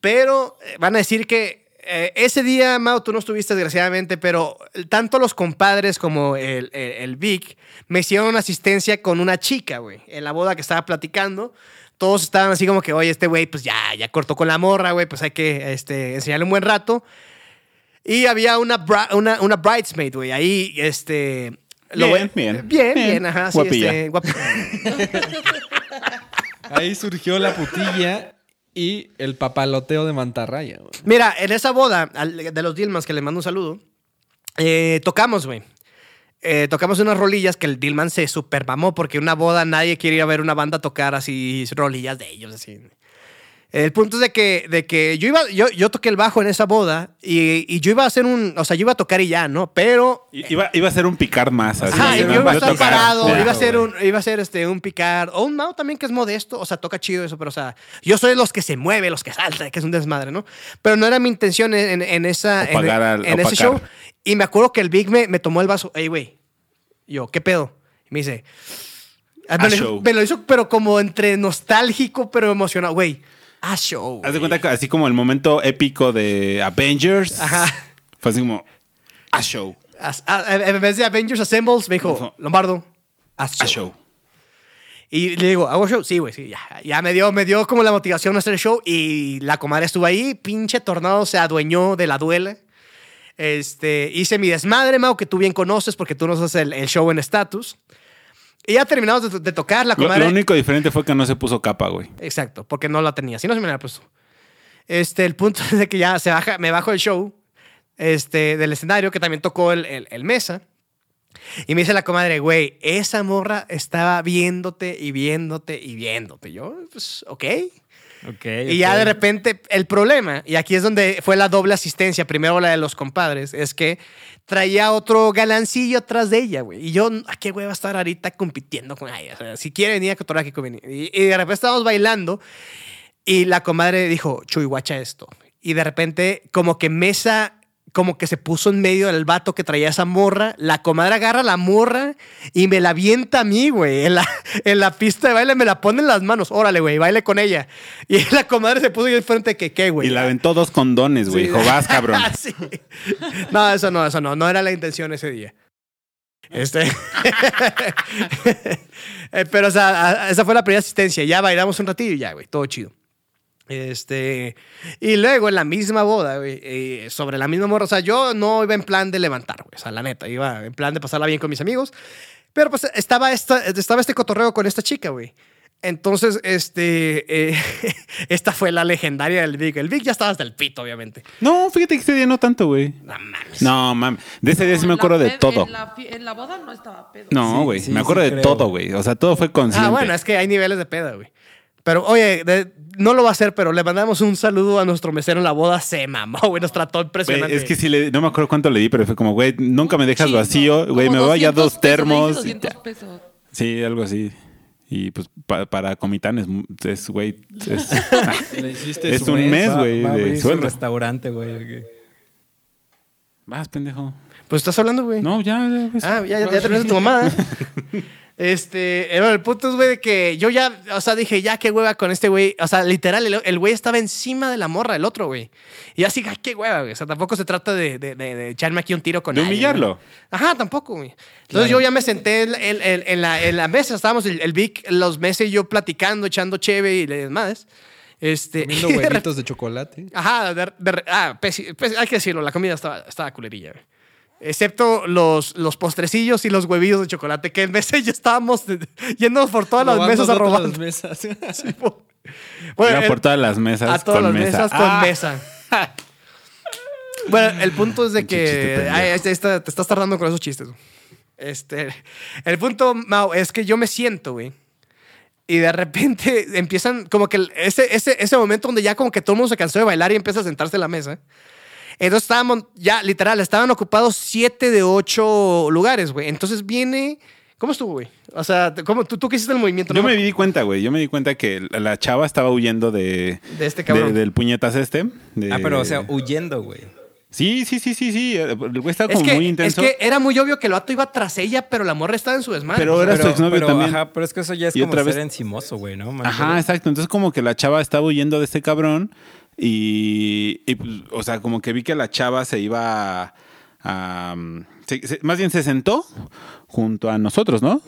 Speaker 2: pero eh, van a decir que eh, ese día, Mau, tú no estuviste desgraciadamente, pero tanto los compadres como el, el- el Vic me hicieron asistencia con una chica, güey, en la boda que estaba platicando. Todos estaban así como que, oye, este güey, pues ya, ya cortó con la morra, güey, pues hay que este, enseñarle un buen rato. Y había una, bra- una, una bridesmaid, güey, ahí, este...
Speaker 1: Bien,
Speaker 2: voy-
Speaker 1: bien. Bien.
Speaker 2: Bien, bien, ajá. sí,
Speaker 1: Guapilla.
Speaker 2: este, guap-
Speaker 5: Ahí surgió la putilla y el papaloteo de mantarraya. güey.
Speaker 2: Mira, en esa boda al- de los Dilmans, que les mando un saludo, eh, tocamos, güey. Eh, tocamos unas rolillas que el Dillman se super mamó porque una boda nadie quiere ir a ver una banda tocar así rolillas de ellos, así. El punto es de que, de que yo, iba, yo, yo toqué el bajo en esa boda y, y yo iba a hacer un, o sea, yo iba a tocar y ya, ¿no? Pero
Speaker 1: I- Iba, iba a ser un picar más. Así,
Speaker 2: Ajá, y
Speaker 5: sí, sí,
Speaker 1: ¿no?
Speaker 2: yo iba a
Speaker 5: yo
Speaker 2: estar
Speaker 5: tocar,
Speaker 2: parado,
Speaker 5: claro,
Speaker 2: iba a ser
Speaker 5: güey.
Speaker 2: un, iba a ser este un picar o un Mao también que es modesto, o sea, toca chido eso, pero o sea, yo soy de los que se mueve, los que salta, que es un desmadre, ¿no? Pero no era mi intención en, en esa en,
Speaker 1: Opacar al-
Speaker 2: en ese
Speaker 1: opacar.
Speaker 2: show y me acuerdo que el Big me, me tomó el vaso, "Ey, güey." Yo, "¿Qué pedo?" Y me dice, ah, me,
Speaker 1: A
Speaker 2: lo
Speaker 1: show.
Speaker 2: hizo, me lo hizo, pero como entre nostálgico pero emocionado, güey. A show.
Speaker 1: Haz de
Speaker 2: güey.
Speaker 1: cuenta que así como el momento épico de Avengers.
Speaker 2: Ajá.
Speaker 1: Fue así como. A show.
Speaker 2: As- a- a- en vez de Avengers Assembles me dijo,
Speaker 1: Ujú.
Speaker 2: "Lombardo,
Speaker 1: A show.
Speaker 2: Y le digo, ¿hago show? Sí, güey, sí, ya. Ya me dio, me dio como la motivación a hacer el show y la comadre estuvo ahí, pinche tornado se adueñó de la duela. Este, hice mi desmadre, Mau, que tú bien conoces porque tú nos haces el, el show en status. Y ya terminamos de, de tocar, la
Speaker 1: Lo,
Speaker 2: comadre...
Speaker 1: lo único diferente fue que no se puso capa, güey.
Speaker 2: Exacto, porque no la tenía. Si no, se me la hubiera puesto. Este, el punto es de que ya se baja, me bajo el show este, del escenario, que también tocó el, el- el mesa. Y me dice la comadre, güey, esa morra estaba viéndote y viéndote y viéndote. Yo, pues, ok. Y ya de repente, el problema, y aquí es donde fue la doble asistencia, primero la de los compadres, es que traía otro galancillo atrás de ella, güey. Y yo, ¿a qué güey va a estar ahorita compitiendo con ella? O sea, si quiere venir a cotorrear, que conviene. Y, y de repente estábamos bailando y la comadre dijo, Chuy, guacha esto. Y de repente, como que Mesa como que se puso en medio del vato que traía esa morra. La comadre agarra la morra y me la avienta a mí, güey. En la, en la pista de baile me la pone en las manos. Órale, güey, baile con ella. Y la comadre se puso yo enfrente de que, ¿qué, güey?
Speaker 1: Y la aventó dos condones, güey.
Speaker 2: Sí.
Speaker 1: Jobás, cabrón.
Speaker 2: Ah, Sí. No, eso no, eso no. No era la intención ese día. Este. Eh, Pero, o sea, a- a- esa fue la primera asistencia. Ya bailamos un ratillo y ya, güey. Todo chido. Este. Y luego en la misma boda, güey, eh, sobre la misma morra. O sea, yo no iba en plan de levantar, güey. O sea, la neta, iba en plan de pasarla bien con mis amigos. Pero pues estaba, esta, estaba este cotorreo con esta chica, güey. Entonces, este. eh, esta fue la legendaria del Vic. El Vic ya estaba hasta el pito, obviamente.
Speaker 1: No, fíjate que ese día no tanto, güey.
Speaker 2: No mames.
Speaker 1: No, mames. De ese día sí me
Speaker 6: En la
Speaker 1: acuerdo de
Speaker 6: ped-
Speaker 1: todo.
Speaker 6: En la, fi- en la boda no estaba pedo.
Speaker 1: No,
Speaker 4: Sí,
Speaker 1: güey.
Speaker 4: sí,
Speaker 1: me acuerdo
Speaker 4: sí
Speaker 1: de
Speaker 4: creo.
Speaker 1: todo, güey. O sea, todo fue consciente.
Speaker 2: Ah, bueno, es que hay niveles de peda, güey. Pero, oye, de- no lo va a hacer, pero le mandamos un saludo a nuestro mesero en la boda. Se mamó, güey. Nos trató
Speaker 1: Güey,
Speaker 2: impresionante.
Speaker 1: es que sí le, no me acuerdo cuánto le di, pero fue como, güey, nunca me dejas
Speaker 6: Chingo,
Speaker 1: vacío, güey, me
Speaker 6: como
Speaker 1: voy a
Speaker 6: 200
Speaker 1: dos
Speaker 6: pesos, le dije
Speaker 1: termos. y
Speaker 6: 200
Speaker 1: ya.
Speaker 6: pesos.
Speaker 1: Sí, algo así. Y pues pa- para comitanes es, güey, es-
Speaker 5: Le hiciste
Speaker 1: es
Speaker 5: su
Speaker 1: un mes,
Speaker 4: Va-
Speaker 1: güey,
Speaker 4: va a abrir
Speaker 1: de
Speaker 4: su
Speaker 1: sueldo.
Speaker 4: restaurante, güey.
Speaker 1: Vas, pendejo.
Speaker 2: Pues estás hablando, güey.
Speaker 1: No, ya, ya, pues.
Speaker 2: Ah, ya, ya terminaste tu mamá. ¿eh? Este, eh, bueno, el punto es, güey, de que yo ya, o sea, dije, ya, qué hueva con este güey. O sea, literal, el- el güey estaba encima de la morra, el otro, güey. Y así, ay, qué hueva, güey. O sea, tampoco se trata de, de- de- de echarme aquí un tiro con
Speaker 1: De
Speaker 2: alguien,
Speaker 1: humillarlo.
Speaker 2: güey. Ajá, tampoco, güey. Entonces yo ya me senté en, en- en- en la, en la mesa, estábamos el, el Vic, los meses yo platicando, echando cheve y demás. Este,
Speaker 5: Comiendo
Speaker 2: y de repente-
Speaker 5: huevitos de chocolate.
Speaker 2: Ajá, de- de- ah, pesi- pesi- hay que decirlo, la comida estaba, estaba culerilla. güey. Excepto los, los postrecillos y los huevillos de chocolate, que en meses ya estábamos de- yéndonos por todas las
Speaker 5: Robando
Speaker 2: mesas a
Speaker 5: de otras
Speaker 2: robar.
Speaker 5: mesas.
Speaker 2: Bueno,
Speaker 1: Era
Speaker 2: el-
Speaker 1: por todas las mesas.
Speaker 2: a todas
Speaker 1: con
Speaker 2: las
Speaker 1: mesa.
Speaker 2: mesas
Speaker 1: Ah,
Speaker 2: con mesa. bueno, el punto es de
Speaker 1: Pinche chiste
Speaker 2: que
Speaker 1: pendejo.
Speaker 2: ay, este- esta- te estás tardando con esos chistes. Este, el punto, Mau, es que yo me siento, güey. Y de repente empiezan como que el- ese, ese, ese momento donde ya como que todo el mundo se cansó de bailar y empieza a sentarse en la mesa. Entonces estábamos, ya literal, estaban ocupados siete de ocho lugares, güey. Entonces viene... ¿Cómo estuvo, güey? O sea, ¿cómo, tú, tú que hiciste el movimiento.
Speaker 1: Yo
Speaker 2: ¿no?
Speaker 1: me di cuenta, güey. Yo me di cuenta que la- la chava estaba huyendo de.
Speaker 2: De este cabrón.
Speaker 1: de- del puñetas este. de-
Speaker 4: Ah, pero, o sea, huyendo, güey.
Speaker 1: Sí, sí, sí, sí, sí. El güey estaba
Speaker 2: Es
Speaker 1: como
Speaker 2: que,
Speaker 1: muy intenso.
Speaker 2: es que era muy obvio que el vato iba tras ella, pero la morra estaba en su desmadre.
Speaker 1: Pero
Speaker 2: O sea,
Speaker 1: era su exnovio también.
Speaker 4: Ajá, pero es que eso ya es
Speaker 1: Y
Speaker 4: como
Speaker 1: otra vez-
Speaker 4: ser encimoso, güey, ¿no? Man,
Speaker 1: Ajá, exacto. Entonces como que la chava estaba huyendo de este cabrón y, y, pues, o sea, como que vi que la chava se iba a... a, um, se- se- más bien se sentó junto a nosotros, ¿no?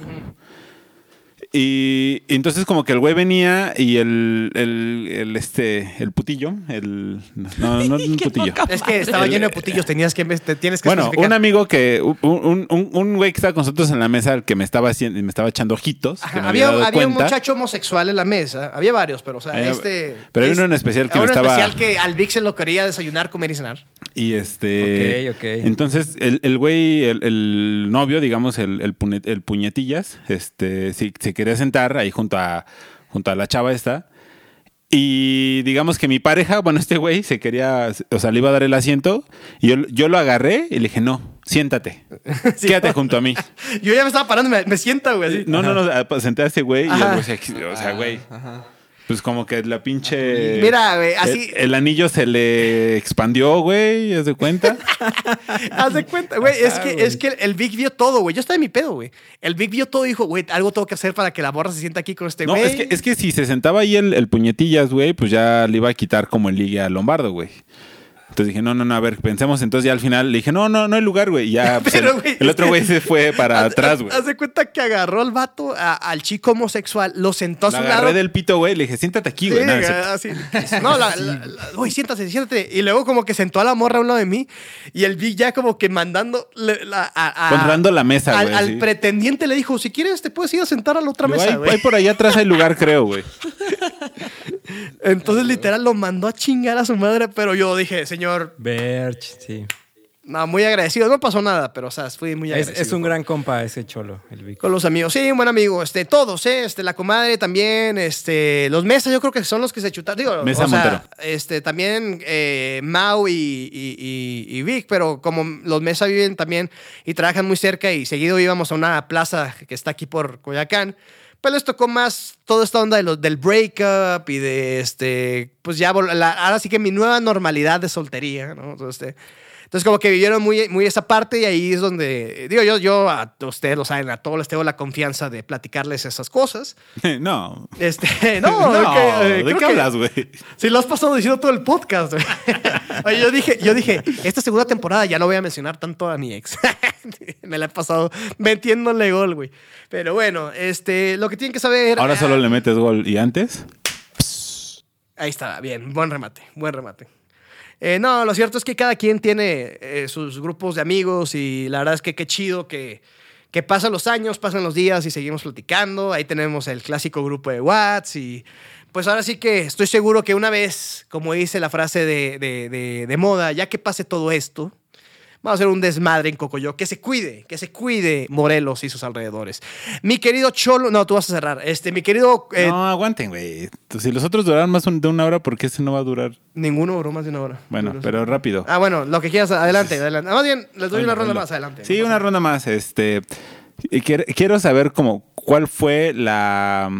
Speaker 1: Y, y entonces como que el güey venía y el, el, el, este, el putillo, el... No, no, no un putillo.
Speaker 2: Es que estaba
Speaker 1: El-
Speaker 2: lleno de putillos, tenías que, te tienes que
Speaker 1: Bueno,
Speaker 2: especificar.
Speaker 1: un amigo que, un, un- un- un güey que estaba con nosotros en la mesa, al que me estaba haciendo, me estaba echando ojitos. que
Speaker 2: Ajá,
Speaker 1: me había
Speaker 2: había
Speaker 1: dado
Speaker 2: había un
Speaker 1: cuenta.
Speaker 2: muchacho homosexual en la mesa, había varios, pero o sea,
Speaker 1: Había-
Speaker 2: este...
Speaker 1: pero había
Speaker 2: es-
Speaker 1: uno en especial que
Speaker 2: había
Speaker 1: me
Speaker 2: uno
Speaker 1: estaba-
Speaker 2: especial que al Vic se lo quería desayunar, comer y cenar.
Speaker 1: Y este.
Speaker 4: Ok, ok.
Speaker 1: Entonces, el, el güey, el, el novio, digamos, el, el, pune- el puñetillas, este, sí- se quería sentar ahí junto a, junto a la chava esta. Y digamos que mi pareja, bueno, este güey se quería, o sea, le iba a dar el asiento. Y yo, yo lo agarré y le dije, no, siéntate. Quédate junto a mí.
Speaker 2: Yo ya me estaba parando, me, me sienta, güey. así.
Speaker 1: No, no, no, pues, senté a este güey y el
Speaker 2: Ajá. Ah,
Speaker 1: güey se- o sea, güey.
Speaker 5: Ajá.
Speaker 1: Pues como que la pinche.
Speaker 2: Mira, güey, así-
Speaker 1: El, el anillo se le expandió, güey, ¿haz de cuenta?
Speaker 2: Haz de cuenta, güey. Es que, es que el Vic vio todo, güey. Yo estaba en mi pedo, güey. El Vic vio todo y dijo, güey, algo tengo que hacer para que la morra se sienta aquí con este
Speaker 1: No,
Speaker 2: güey.
Speaker 1: es que, es que si se sentaba ahí el, el puñetillas, güey, pues ya le iba a quitar como el ligue a Lombardo, güey. Entonces dije, no, no, no, a ver, pensemos. Entonces ya al final le dije, no, no, no hay lugar, güey. Y ya pues,
Speaker 2: Pero,
Speaker 1: el,
Speaker 2: güey,
Speaker 1: el otro
Speaker 2: es
Speaker 1: güey
Speaker 2: que-
Speaker 1: se fue para
Speaker 2: Haz-
Speaker 1: atrás,
Speaker 2: haz-
Speaker 1: güey.
Speaker 2: Haz de cuenta que agarró al vato, a- al chico homosexual, lo sentó a
Speaker 1: Lo
Speaker 2: su
Speaker 1: agarré
Speaker 2: lado.
Speaker 1: del pito, güey. Le dije, siéntate aquí,
Speaker 2: Sí,
Speaker 1: güey. No, no es cierto.
Speaker 2: así. No, la, la- la- uy, siéntate, siéntate. Y luego como que sentó a la morra a un lado de mí y el Big ya como que mandando le- la, a, a-
Speaker 1: Controlando la mesa,
Speaker 2: al,
Speaker 1: güey,
Speaker 2: al
Speaker 1: sí.
Speaker 2: pretendiente le dijo, si quieres te puedes ir a sentar a la otra
Speaker 1: Digo,
Speaker 2: mesa,
Speaker 1: "Ay,
Speaker 2: güey".
Speaker 1: ay, por allá atrás hay lugar, creo, güey. pues, eh,
Speaker 2: Entonces literal lo mandó a chingar a su madre, pero yo dije, señor,
Speaker 4: Berch, sí.
Speaker 2: no, muy agradecido. No pasó nada, pero o sea, fui muy
Speaker 4: Es,
Speaker 2: agradecido.
Speaker 4: es un gran compa ese cholo, el Vico.
Speaker 2: Con los amigos, sí, un buen amigo, este, todos, ¿eh? este, la comadre también, este, los mesas yo creo que son los que se chutaron, digo,
Speaker 1: Mesa
Speaker 2: o sea,
Speaker 1: Montero.
Speaker 2: este, también eh, Mau y, y- y- y Vic, pero como los mesas viven también y trabajan muy cerca y seguido íbamos a una plaza que está aquí por Coyacán, pues les tocó más toda esta onda de los, del breakup y de, este, pues ya, vol- la- ahora sí que mi nueva normalidad de soltería, ¿no? Entonces, este, Entonces, como que vivieron muy, muy esa parte y ahí es donde, digo, yo, yo a ustedes lo saben, a todos les tengo la confianza de platicarles esas cosas.
Speaker 1: no.
Speaker 2: Este, no,
Speaker 1: No,
Speaker 2: que, eh,
Speaker 1: ¿de qué
Speaker 2: creo que-
Speaker 1: hablas, güey?
Speaker 2: Sí, lo has pasado diciendo todo el podcast, güey. Oye, yo dije, yo dije, esta segunda temporada ya no voy a mencionar tanto a mi ex. Me la he pasado metiéndole gol, güey. Pero bueno, este, lo que tienen que saber.
Speaker 1: Ahora solo
Speaker 2: Ah,
Speaker 1: le metes gol. ¿Y antes?
Speaker 2: Ahí está, bien, buen remate, buen remate. Eh, no, lo cierto es que cada quien tiene eh, sus grupos de amigos y la verdad es que qué chido que, que pasan los años, pasan los días y seguimos platicando. Ahí tenemos el clásico grupo de Whats y pues ahora sí que estoy seguro que una vez, como dice la frase de, de- de- de moda, ya que pase todo esto, vamos a hacer un desmadre en Cocoyo. Que se cuide, que se cuide Morelos y sus alrededores. Mi querido Cholo, no, tú vas a cerrar. Este, mi querido... eh,
Speaker 1: no, aguanten, güey. Si los otros duraron más un- de una hora, ¿por qué este no va a durar?
Speaker 2: Ninguno duró más de una hora.
Speaker 1: Bueno,
Speaker 2: Duró-
Speaker 1: pero rápido.
Speaker 2: Ah, bueno, lo que quieras, adelante, adelante. Ah, Más bien, les doy
Speaker 1: Ay,
Speaker 2: una
Speaker 1: no,
Speaker 2: ronda
Speaker 1: no.
Speaker 2: más adelante.
Speaker 1: Sí, una ronda más. Este, y quier- quiero saber como cuál fue la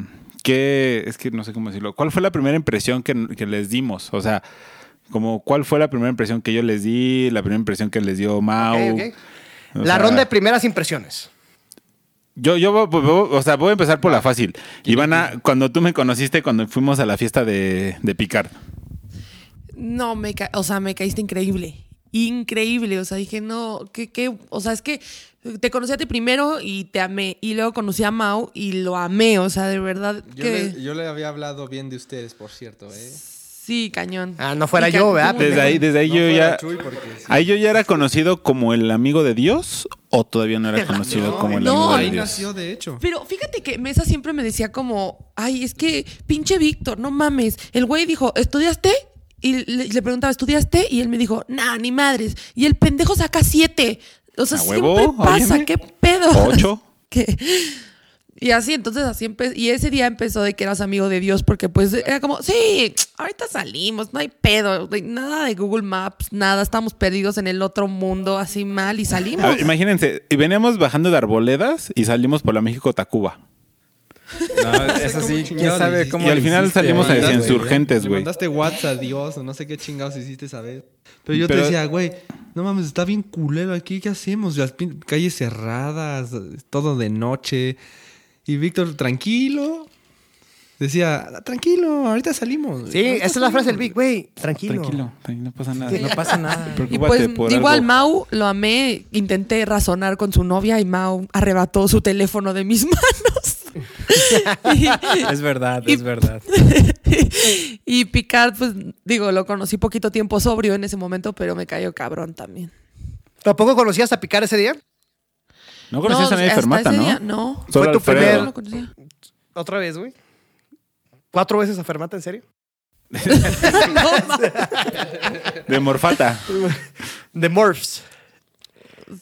Speaker 1: qué es que no sé cómo decirlo. ¿Cuál fue la primera impresión que, que les dimos? O sea, como cuál fue la primera impresión que yo les di, la primera impresión que les dio Mau.
Speaker 2: Ok, ok.
Speaker 1: O
Speaker 2: La
Speaker 1: sea,
Speaker 2: ronda de primeras impresiones.
Speaker 1: yo, yo, vo- vo- o sea, voy a empezar por la fácil. Ivana, cuando tú me conociste, cuando fuimos a la fiesta de, de Picard.
Speaker 3: No, me ca- o sea, me caíste increíble. Increíble. O sea, dije, no, que, que, o sea, es que te conocí a ti primero y te amé. Y luego conocí a Mau y lo amé. O sea, de verdad
Speaker 5: Yo
Speaker 3: que.
Speaker 5: le, yo le había hablado bien de ustedes, por cierto, ¿eh?
Speaker 3: Sí, cañón.
Speaker 2: Ah, no fuera
Speaker 3: Y ca-
Speaker 2: yo, ¿verdad?
Speaker 1: Desde ahí, desde ahí
Speaker 5: No
Speaker 1: yo
Speaker 5: fuera
Speaker 1: ya.
Speaker 5: Chuy, porque sí.
Speaker 1: Ahí yo ya era conocido como el amigo de Dios o todavía no era conocido
Speaker 5: No,
Speaker 1: como el
Speaker 3: no.
Speaker 1: amigo de
Speaker 5: Ahí
Speaker 1: Dios.
Speaker 5: nació, de hecho.
Speaker 3: Pero fíjate que Mesa siempre me decía como, ay, es que pinche Víctor, no mames. El güey dijo, ¿estudiaste? Y le, le preguntaba, ¿estudiaste? Y él me dijo, nah, ni madres. Y el pendejo saca siete. O sea,
Speaker 1: ¿A
Speaker 3: siempre
Speaker 1: huevo?
Speaker 3: pasa,
Speaker 1: Óyeme.
Speaker 3: ¿qué pedo?
Speaker 1: ¿Ocho?
Speaker 3: Que- Y así, entonces así empezó. Y ese día empezó de que eras amigo de Dios, porque pues era como, sí, ahorita salimos, no hay pedo, güey, nada de Google Maps, nada, estamos perdidos en el otro mundo, así mal, y salimos.
Speaker 1: A ver, imagínense, y veníamos bajando de arboledas y salimos por la México Tacuba.
Speaker 4: No, eso sí, quién
Speaker 5: chingados
Speaker 4: sabe
Speaker 5: hiciste?
Speaker 4: cómo
Speaker 1: Y al
Speaker 4: le
Speaker 1: final
Speaker 4: hiciste,
Speaker 1: salimos a
Speaker 4: güey.
Speaker 5: Mandaste-
Speaker 1: insurgentes,
Speaker 5: le
Speaker 1: güey.
Speaker 5: Mandaste WhatsApp a Dios, o no sé qué chingados hiciste saber. Pero yo
Speaker 1: Pero-
Speaker 5: te decía, güey, no mames, está bien culero aquí, ¿qué hacemos? Las pin- calles cerradas, todo de noche. Y Víctor, tranquilo. Decía, tranquilo, ahorita salimos. güey.
Speaker 2: Sí, esa es la frase del Big, güey. Tranquilo.
Speaker 1: Tranquilo, no pasa nada.
Speaker 4: No pasa nada.
Speaker 3: Y
Speaker 1: Preocúpate
Speaker 3: pues
Speaker 1: por
Speaker 3: igual
Speaker 1: algo.
Speaker 3: Mau lo amé, intenté razonar con su novia y Mau arrebató su teléfono de mis manos. y,
Speaker 4: Es verdad,
Speaker 3: Y-
Speaker 4: es verdad.
Speaker 3: y Picard, pues digo, lo conocí poquito tiempo sobrio en ese momento, pero me cayó cabrón también.
Speaker 2: ¿Tampoco conocías a Picar ese día?
Speaker 1: No conocías
Speaker 3: No,
Speaker 1: a nadie
Speaker 3: hasta
Speaker 1: Fermata,
Speaker 3: ese
Speaker 1: ¿no?
Speaker 3: día, no.
Speaker 1: Solo
Speaker 2: Fue tu
Speaker 1: Alfredo.
Speaker 3: Yo
Speaker 2: primer-
Speaker 3: no lo conocía.
Speaker 2: Otra vez, güey. ¿Cuatro veces a Fermata, en serio?
Speaker 3: No, ma-
Speaker 1: De Morfata.
Speaker 2: The Morphs.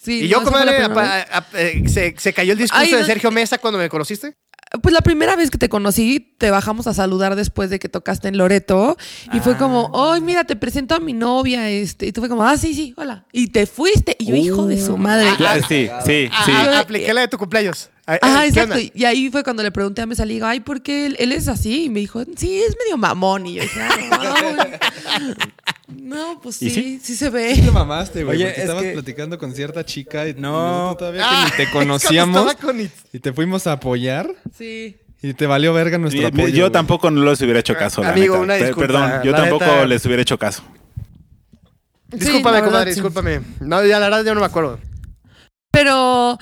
Speaker 3: sí,
Speaker 2: y
Speaker 3: no,
Speaker 2: yo,
Speaker 3: esa fue
Speaker 2: comadre,
Speaker 3: la primera
Speaker 2: apa- a- eh, se, se cayó el discurso
Speaker 3: Ay,
Speaker 2: de
Speaker 3: no-
Speaker 2: Sergio Mesa cuando me conociste.
Speaker 3: vez. Pues la primera vez que te conocí, te bajamos a saludar después de que tocaste en Loreto. Y fue como,
Speaker 2: Ah.
Speaker 3: ay, mira, te presento a mi novia. Este. Y tú fue como, ah, sí, sí, hola. Y te fuiste. Y yo, hijo de
Speaker 2: Uh.
Speaker 3: su madre.
Speaker 1: Uh, Claro, sí, sí,
Speaker 2: Ah,
Speaker 1: sí.
Speaker 2: ah, apliqué la de tu cumpleaños. Ah, eh,
Speaker 3: Ajá,
Speaker 2: ¿qué
Speaker 3: exacto.
Speaker 2: onda?
Speaker 3: Y ahí fue cuando le pregunté a Mesa, le digo, ay, ¿por qué él, él es así? Y me dijo, sí, es medio mamón. Y yo dije, ah, no, no, pues
Speaker 1: ¿Y
Speaker 3: sí,
Speaker 1: sí?
Speaker 3: sí, se ve.
Speaker 5: Te mamaste, güey.
Speaker 4: Oye,
Speaker 5: porque
Speaker 4: es
Speaker 5: estabas
Speaker 4: que-
Speaker 5: platicando con cierta chica y,
Speaker 4: No.
Speaker 5: y nosotros todavía
Speaker 2: Ah,
Speaker 5: que ni
Speaker 2: es
Speaker 5: te
Speaker 2: cuando
Speaker 5: conocíamos
Speaker 2: estaba con It.
Speaker 5: y te fuimos a apoyar
Speaker 3: Sí.
Speaker 5: y te valió verga
Speaker 1: Y-
Speaker 5: nuestro
Speaker 1: Yo
Speaker 5: apoyo. güey.
Speaker 1: tampoco no les hubiera hecho caso. la
Speaker 2: Amigo,
Speaker 1: neta.
Speaker 2: una
Speaker 1: Pe-
Speaker 2: disculpa,
Speaker 1: Perdón, yo
Speaker 2: la
Speaker 1: tampoco
Speaker 2: neta.
Speaker 1: les hubiera hecho caso.
Speaker 2: Discúlpame,
Speaker 3: la verdad,
Speaker 2: comadre,
Speaker 3: sí.
Speaker 2: discúlpame. No, ya la verdad yo no me acuerdo.
Speaker 3: Pero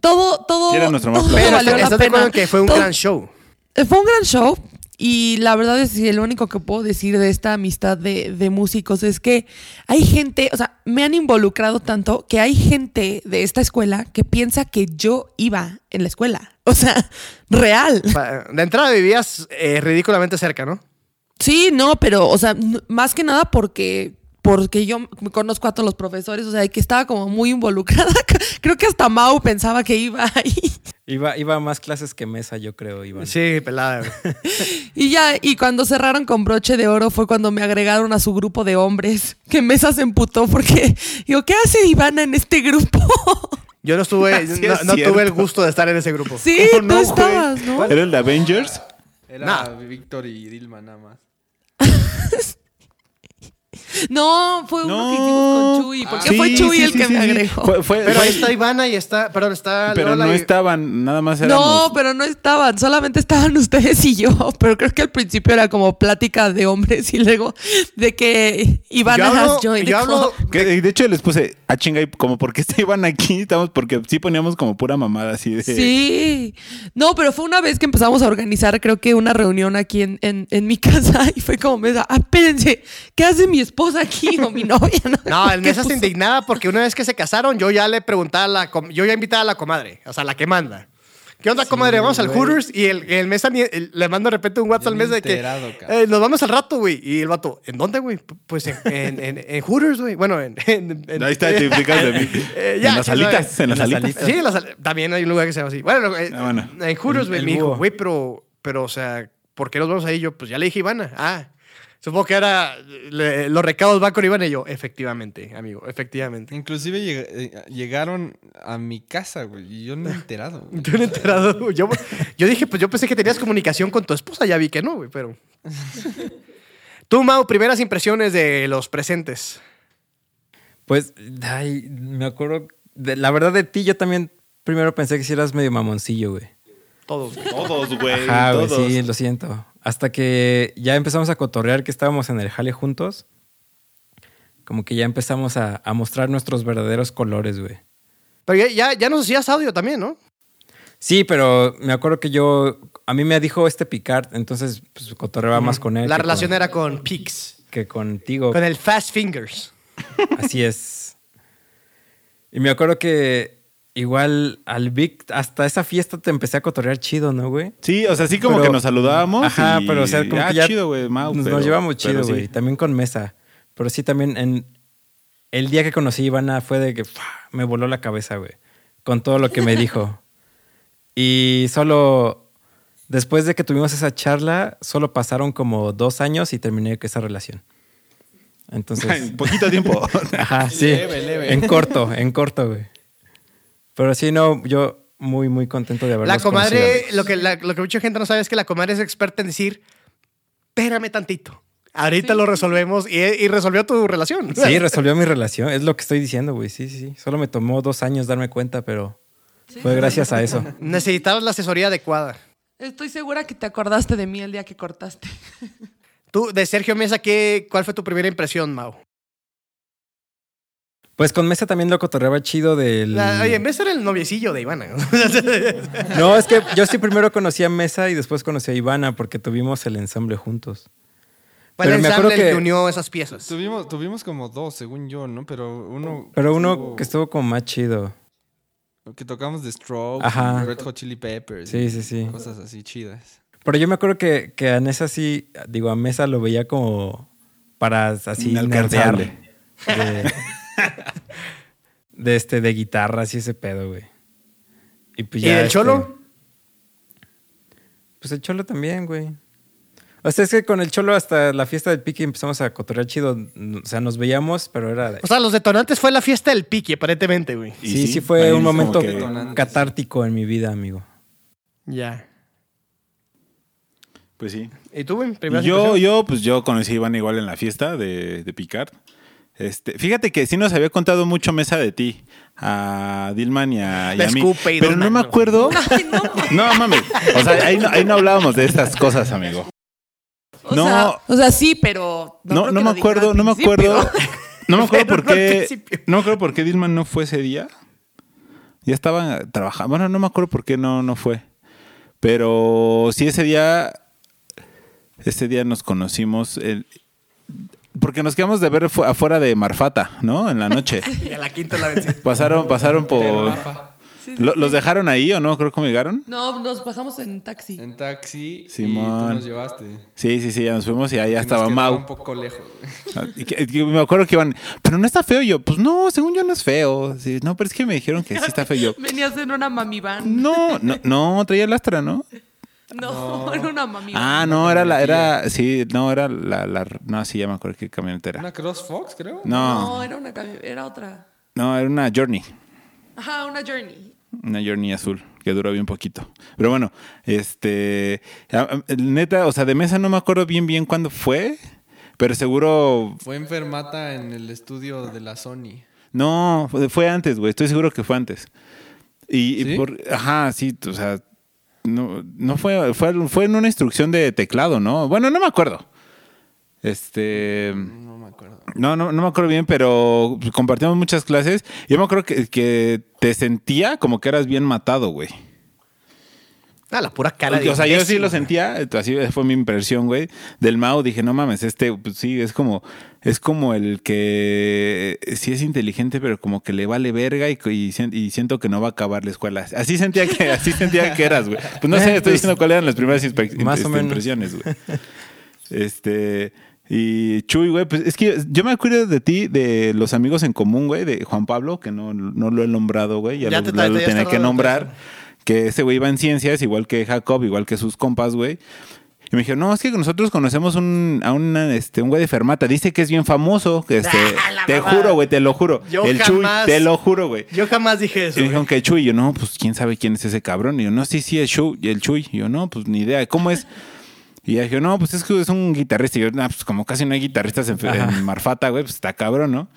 Speaker 3: todo, todo,
Speaker 1: Sí, era nuestro más
Speaker 3: todo
Speaker 1: placer.
Speaker 2: Pero
Speaker 3: valió la
Speaker 2: estás de acuerdo
Speaker 3: pena.
Speaker 2: en que fue un
Speaker 3: Todo-
Speaker 2: gran show.
Speaker 3: Eh, Fue un gran show y la verdad es que lo único que puedo decir de esta amistad de, de músicos es que hay gente, o sea, me han involucrado tanto que hay gente de esta escuela que piensa que yo iba en la escuela. O sea, real.
Speaker 2: Pa- De entrada vivías eh, ridículamente cerca, ¿no?
Speaker 3: Sí, no, pero, o sea, n- más que nada porque porque yo me conozco a todos los profesores, o sea, que estaba como muy involucrada. Creo que hasta Mau pensaba que iba ahí.
Speaker 4: Iba, iba a más clases que mesa, yo creo, Iván.
Speaker 2: Sí, pelada. güey.
Speaker 3: Y ya, y cuando cerraron con broche de oro fue cuando me agregaron a su grupo de hombres, que Mesa se emputó porque digo, ¿qué hace Ivana en este grupo?
Speaker 2: Yo no estuve,
Speaker 1: Sí,
Speaker 2: no,
Speaker 1: es
Speaker 2: no
Speaker 1: cierto.
Speaker 2: tuve el gusto de estar en ese grupo.
Speaker 3: sí,
Speaker 1: Oh,
Speaker 3: tú
Speaker 1: no, güey.
Speaker 3: estabas, ¿no?
Speaker 1: ¿Era el de Avengers?
Speaker 5: Era
Speaker 2: Nah.
Speaker 5: Víctor y Dilma nada más.
Speaker 3: No, fue uno que hicimos con Chuy. Porque
Speaker 1: Sí,
Speaker 3: fue Chuy
Speaker 1: sí,
Speaker 3: el
Speaker 1: sí,
Speaker 3: que
Speaker 1: sí,
Speaker 3: me
Speaker 1: sí.
Speaker 3: agregó.
Speaker 1: Fue- fue-
Speaker 2: Pero
Speaker 1: fue-
Speaker 2: ahí está Ivana y está. Perdón, está.
Speaker 1: pero
Speaker 2: Lola
Speaker 1: no
Speaker 2: y-
Speaker 1: estaban, nada más éramos.
Speaker 3: No, pero no estaban, solamente estaban ustedes y yo. Pero creo que al principio era como plática de hombres y luego de que Ivana
Speaker 2: Yo hablo-
Speaker 3: has joined
Speaker 2: yo
Speaker 3: the
Speaker 2: hablo-
Speaker 3: club.
Speaker 1: Que, de hecho les puse a chinga y como porque estaban aquí, estamos porque sí poníamos como pura mamada así de
Speaker 3: Sí, no, pero fue una vez que empezamos a organizar, creo que una reunión aquí en, en, en mi casa y fue como, me da, "Ah, espérense, ¿qué hace mi esposa aquí o mi novia?
Speaker 2: No, el
Speaker 3: ¿Qué
Speaker 2: Mesa se
Speaker 3: puso?
Speaker 2: indignaba porque una vez que se casaron, yo ya le preguntaba a la. com- Yo ya invitaba a la comadre, o sea, la que manda. ¿Qué onda, comadre? Vamos al Hooters y el, el Mesa ni- el- le manda de repente un WhatsApp
Speaker 5: Ya
Speaker 2: al
Speaker 5: me he
Speaker 2: Mesa de que.
Speaker 5: enterado, cabrón.
Speaker 2: eh, nos vamos al rato, güey. Y el vato, ¿en dónde, güey? P- Pues en, en, en- en Hooters, güey. Bueno, en. en- en-
Speaker 1: Ahí está, te implicas de mí.
Speaker 2: Eh, ya,
Speaker 1: en las
Speaker 2: ya lo-
Speaker 1: alitas, en las alitas.
Speaker 2: Sí, en las al- también hay un lugar que se llama así. Bueno, eh,
Speaker 1: Ah, bueno.
Speaker 2: en Juros, güey,
Speaker 4: El- el
Speaker 2: me dijo,
Speaker 4: búho.
Speaker 2: güey, pero, pero, o sea, ¿por qué nos vamos ahí? Yo, pues ya le dije a Ivana. Ah, supongo que ahora le- los recados van con Ivana y yo, efectivamente, amigo, efectivamente.
Speaker 5: Inclusive lleg- eh, llegaron a mi casa, güey, y yo no me he enterado. güey.
Speaker 2: Yo no he enterado, güey. yo, yo dije, pues yo pensé que tenías comunicación con tu esposa, ya vi que no, güey, pero. Tú, Mau, primeras impresiones de los presentes.
Speaker 4: Pues, ay, me acuerdo. de- la verdad de ti, yo también primero pensé que si eras medio mamoncillo, güey.
Speaker 2: Todos, güey.
Speaker 1: Todos, güey,
Speaker 4: Ajá, güey,
Speaker 1: todos.
Speaker 4: sí, lo siento. Hasta que ya empezamos a cotorrear que estábamos en el jale juntos. Como que ya empezamos a, a mostrar nuestros verdaderos colores, güey.
Speaker 2: Pero ya, ya, ya nos hacías audio también, ¿no?
Speaker 4: Sí, pero me acuerdo que yo. A mí me dijo este Picard, entonces pues, cotorreaba más con él.
Speaker 2: La
Speaker 4: que
Speaker 2: relación
Speaker 4: con-
Speaker 2: era con Pix,
Speaker 4: Que contigo.
Speaker 2: con el Fast Fingers.
Speaker 4: Así es. Y me acuerdo que igual al Vic, hasta esa fiesta te empecé a cotorrear chido, ¿no, güey?
Speaker 1: Sí, o sea, sí como
Speaker 4: Pero-
Speaker 1: que nos saludábamos.
Speaker 4: Ajá,
Speaker 1: y-
Speaker 4: pero o sea, como
Speaker 1: ah,
Speaker 4: que ya
Speaker 1: chido, güey, Mau.
Speaker 4: nos,
Speaker 1: pero-
Speaker 4: nos llevamos
Speaker 1: pero
Speaker 4: chido,
Speaker 1: sí.
Speaker 4: güey. También con mesa. Pero sí, también en el día que conocí a Ivana fue de que ¡fua! me voló la cabeza, güey. Con todo lo que me dijo. Y solo después de que tuvimos esa charla, solo pasaron como dos años y terminé esa relación. Entonces.
Speaker 1: En poquito tiempo.
Speaker 4: Ajá, sí. En corto, en corto, güey. Pero sí, no, yo muy, muy contento de haberlos
Speaker 2: La comadre,
Speaker 4: conocido.
Speaker 2: lo que, la- lo que mucha gente no sabe es que la comadre es experta en decir, espérame tantito, ahorita lo resolvemos y, y resolvió tu relación.
Speaker 4: Sí, resolvió mi relación. Es lo que estoy diciendo, güey. Sí, sí, sí. Solo me tomó dos años darme cuenta, pero fue gracias a eso.
Speaker 2: Necesitabas la asesoría adecuada.
Speaker 3: Estoy segura que te acordaste de mí el día que cortaste.
Speaker 2: Tú, de Sergio Mesa, ¿qué, ¿cuál fue tu primera impresión, Mau?
Speaker 4: Pues con Mesa también lo cotorreaba chido del...
Speaker 1: Mm.
Speaker 2: La- oye, en vez de ser el noviecillo de Ivana. ¿no?
Speaker 4: No, es que yo sí primero conocí a Mesa y después conocí a Ivana porque tuvimos el ensamble juntos.
Speaker 2: Fue el
Speaker 4: Pero me acuerdo
Speaker 2: ensamble el que...
Speaker 4: que-
Speaker 2: unió esas piezas.
Speaker 5: Tuvimos, tuvimos como dos, según yo, ¿no? Pero uno.
Speaker 4: Pero uno que estuvo como más chido.
Speaker 5: Que tocamos The Strokes,
Speaker 4: Ajá.
Speaker 5: y Red Hot Chili Peppers.
Speaker 4: Sí, sí, sí.
Speaker 5: y Cosas así chidas.
Speaker 4: Pero yo me acuerdo que, que a Nessa sí, digo, a Mesa lo veía como para así nerdear.
Speaker 1: Inalcanzable.
Speaker 4: De, de este, de guitarras y ese pedo, güey. ¿Y, pues
Speaker 2: ¿Y del
Speaker 4: este,
Speaker 2: Cholo?
Speaker 4: Pues el Cholo también, güey. O sea, es que con el Cholo hasta la fiesta del pique empezamos a cotorrear chido. O sea, nos veíamos, pero era... de-
Speaker 1: este,
Speaker 2: O sea, los detonantes fue la fiesta del piqui, aparentemente, güey.
Speaker 1: Y
Speaker 4: sí, sí,
Speaker 1: ahí
Speaker 4: fue un
Speaker 1: como
Speaker 4: momento
Speaker 1: que-
Speaker 5: Detonantes.
Speaker 4: catártico en mi vida, amigo.
Speaker 2: Ya.
Speaker 1: pues sí.
Speaker 2: ¿Y tú, güey? ¿Primeras
Speaker 1: Yo,
Speaker 2: impresiones?
Speaker 1: yo, pues yo conocí a Iván igual en la fiesta de, de Picard. Este, fíjate que sí nos había contado mucho Mesa de ti, a Dilman y a, y
Speaker 2: La
Speaker 1: a mí.
Speaker 2: escupe y
Speaker 1: pero
Speaker 2: Don
Speaker 1: no me
Speaker 2: Magno.
Speaker 1: acuerdo.
Speaker 3: Ay, no,
Speaker 1: No, mames. O sea, ahí no, ahí no hablábamos de estas cosas, amigo.
Speaker 3: o,
Speaker 1: No.
Speaker 3: sea, o sea, sí, pero...
Speaker 1: No,
Speaker 3: creo
Speaker 1: no
Speaker 3: que
Speaker 1: me
Speaker 3: lo dijeron
Speaker 1: acuerdo,
Speaker 3: al
Speaker 1: no me
Speaker 3: principio.
Speaker 1: acuerdo. No me acuerdo
Speaker 2: Pero
Speaker 1: por
Speaker 2: no al
Speaker 1: qué.
Speaker 2: principio.
Speaker 1: No me acuerdo por qué Dilman no fue ese día. Ya estaba trabajando. Bueno, no me acuerdo por qué no, no fue. Pero sí, ese día. Ese día nos conocimos. el- porque nos quedamos de ver fu- afuera de Marfata, ¿no? En la noche.
Speaker 2: Y a la quinta la vencí.
Speaker 1: Pasaron, pasaron por. Lo- ¿Los dejaron ahí o no? Creo que me llegaron.
Speaker 3: No, nos bajamos en taxi.
Speaker 5: En taxi. Y
Speaker 1: Simón.
Speaker 5: tú nos llevaste.
Speaker 1: Sí, sí, sí, ya nos fuimos y ahí ya
Speaker 5: Que nos
Speaker 1: estaba
Speaker 5: quedaba
Speaker 1: Mau.
Speaker 5: Un poco lejos.
Speaker 1: Ah, y que- y que me acuerdo que iban, pero no está feo Y yo. Pues no, según yo no es feo. Sí, no, pero es que me dijeron que sí está feo Y yo.
Speaker 3: Venías en una mami van.
Speaker 1: No, no, no, traía lastra, ¿no?
Speaker 3: No, era una mami van.
Speaker 1: Ah, no, era la, era, sí, no, era la, la no, sí, ya me acuerdo qué camioneta era.
Speaker 5: Una Cross Fox, creo.
Speaker 1: No,
Speaker 3: No, era una cami- era otra.
Speaker 1: no, era una Journey,
Speaker 3: Ajá, una journey.
Speaker 1: una Journey azul, que duró bien poquito. Pero bueno, este, a- a- neta, o sea, de mesa no me acuerdo bien bien cuándo fue, Pero seguro.
Speaker 5: Fue enfermata en el estudio de la Sony.
Speaker 1: No, fue- fue antes, güey. Estoy seguro que fue antes. Y, y
Speaker 5: ¿Sí?
Speaker 1: por. Ajá, sí, o sea. No, no fue, fue. Fue en una instrucción de teclado, ¿no? Bueno, no me acuerdo. Este.
Speaker 5: No me acuerdo.
Speaker 1: No, no, no me acuerdo bien, pero compartimos muchas clases. Yo me acuerdo que, que te sentía como que eras bien matado, güey.
Speaker 2: Ah, la pura cara de
Speaker 1: O sea, yo sí
Speaker 2: imbécil.
Speaker 1: lo sentía, así fue mi impresión, güey. Del Mao dije, no mames, este, pues sí, es como, es como el que sí es inteligente, pero como que le vale verga y, y sien- y siento que no va a acabar la escuela. Así sentía que, así sentía que eras, güey. Pues no sé, estoy diciendo cuáles eran las primeras inspe-
Speaker 4: Más o
Speaker 1: este,
Speaker 4: menos.
Speaker 1: impresiones, güey. Este. Y Chuy, güey, pues es que yo me acuerdo de ti, de los amigos en común, güey, de Juan Pablo, que no, no lo he nombrado, güey, ya,
Speaker 2: Ya
Speaker 1: lo,
Speaker 2: te-
Speaker 1: lo-
Speaker 2: ya
Speaker 1: lo
Speaker 2: está
Speaker 1: tenía que
Speaker 2: rodando
Speaker 1: nombrar.
Speaker 2: eso.
Speaker 1: Que ese güey iba en ciencias, igual que Jacob, igual que sus compas, güey. Y me dijeron, no, es que nosotros conocemos un, a una, este, un güey de Fermata. Dice que es bien famoso. Que este,
Speaker 2: Ah, la
Speaker 1: te
Speaker 2: mamada.
Speaker 1: juro, güey, te lo juro.
Speaker 2: Yo
Speaker 1: El Chuy,
Speaker 2: jamás-
Speaker 1: te lo juro, güey.
Speaker 2: Yo jamás dije eso.
Speaker 1: Y me
Speaker 2: güey.
Speaker 1: dijeron que Chuy, y yo no, pues quién sabe quién es ese cabrón. Y yo, no, sí, sí, es Chu- el Chuy. Y yo, no, pues ni idea, ¿cómo es? Y ella dijo, no, pues es que es un guitarrista. Y yo, "Nah, pues como casi no hay guitarristas en, en Marfata, güey, pues está cabrón, ¿no?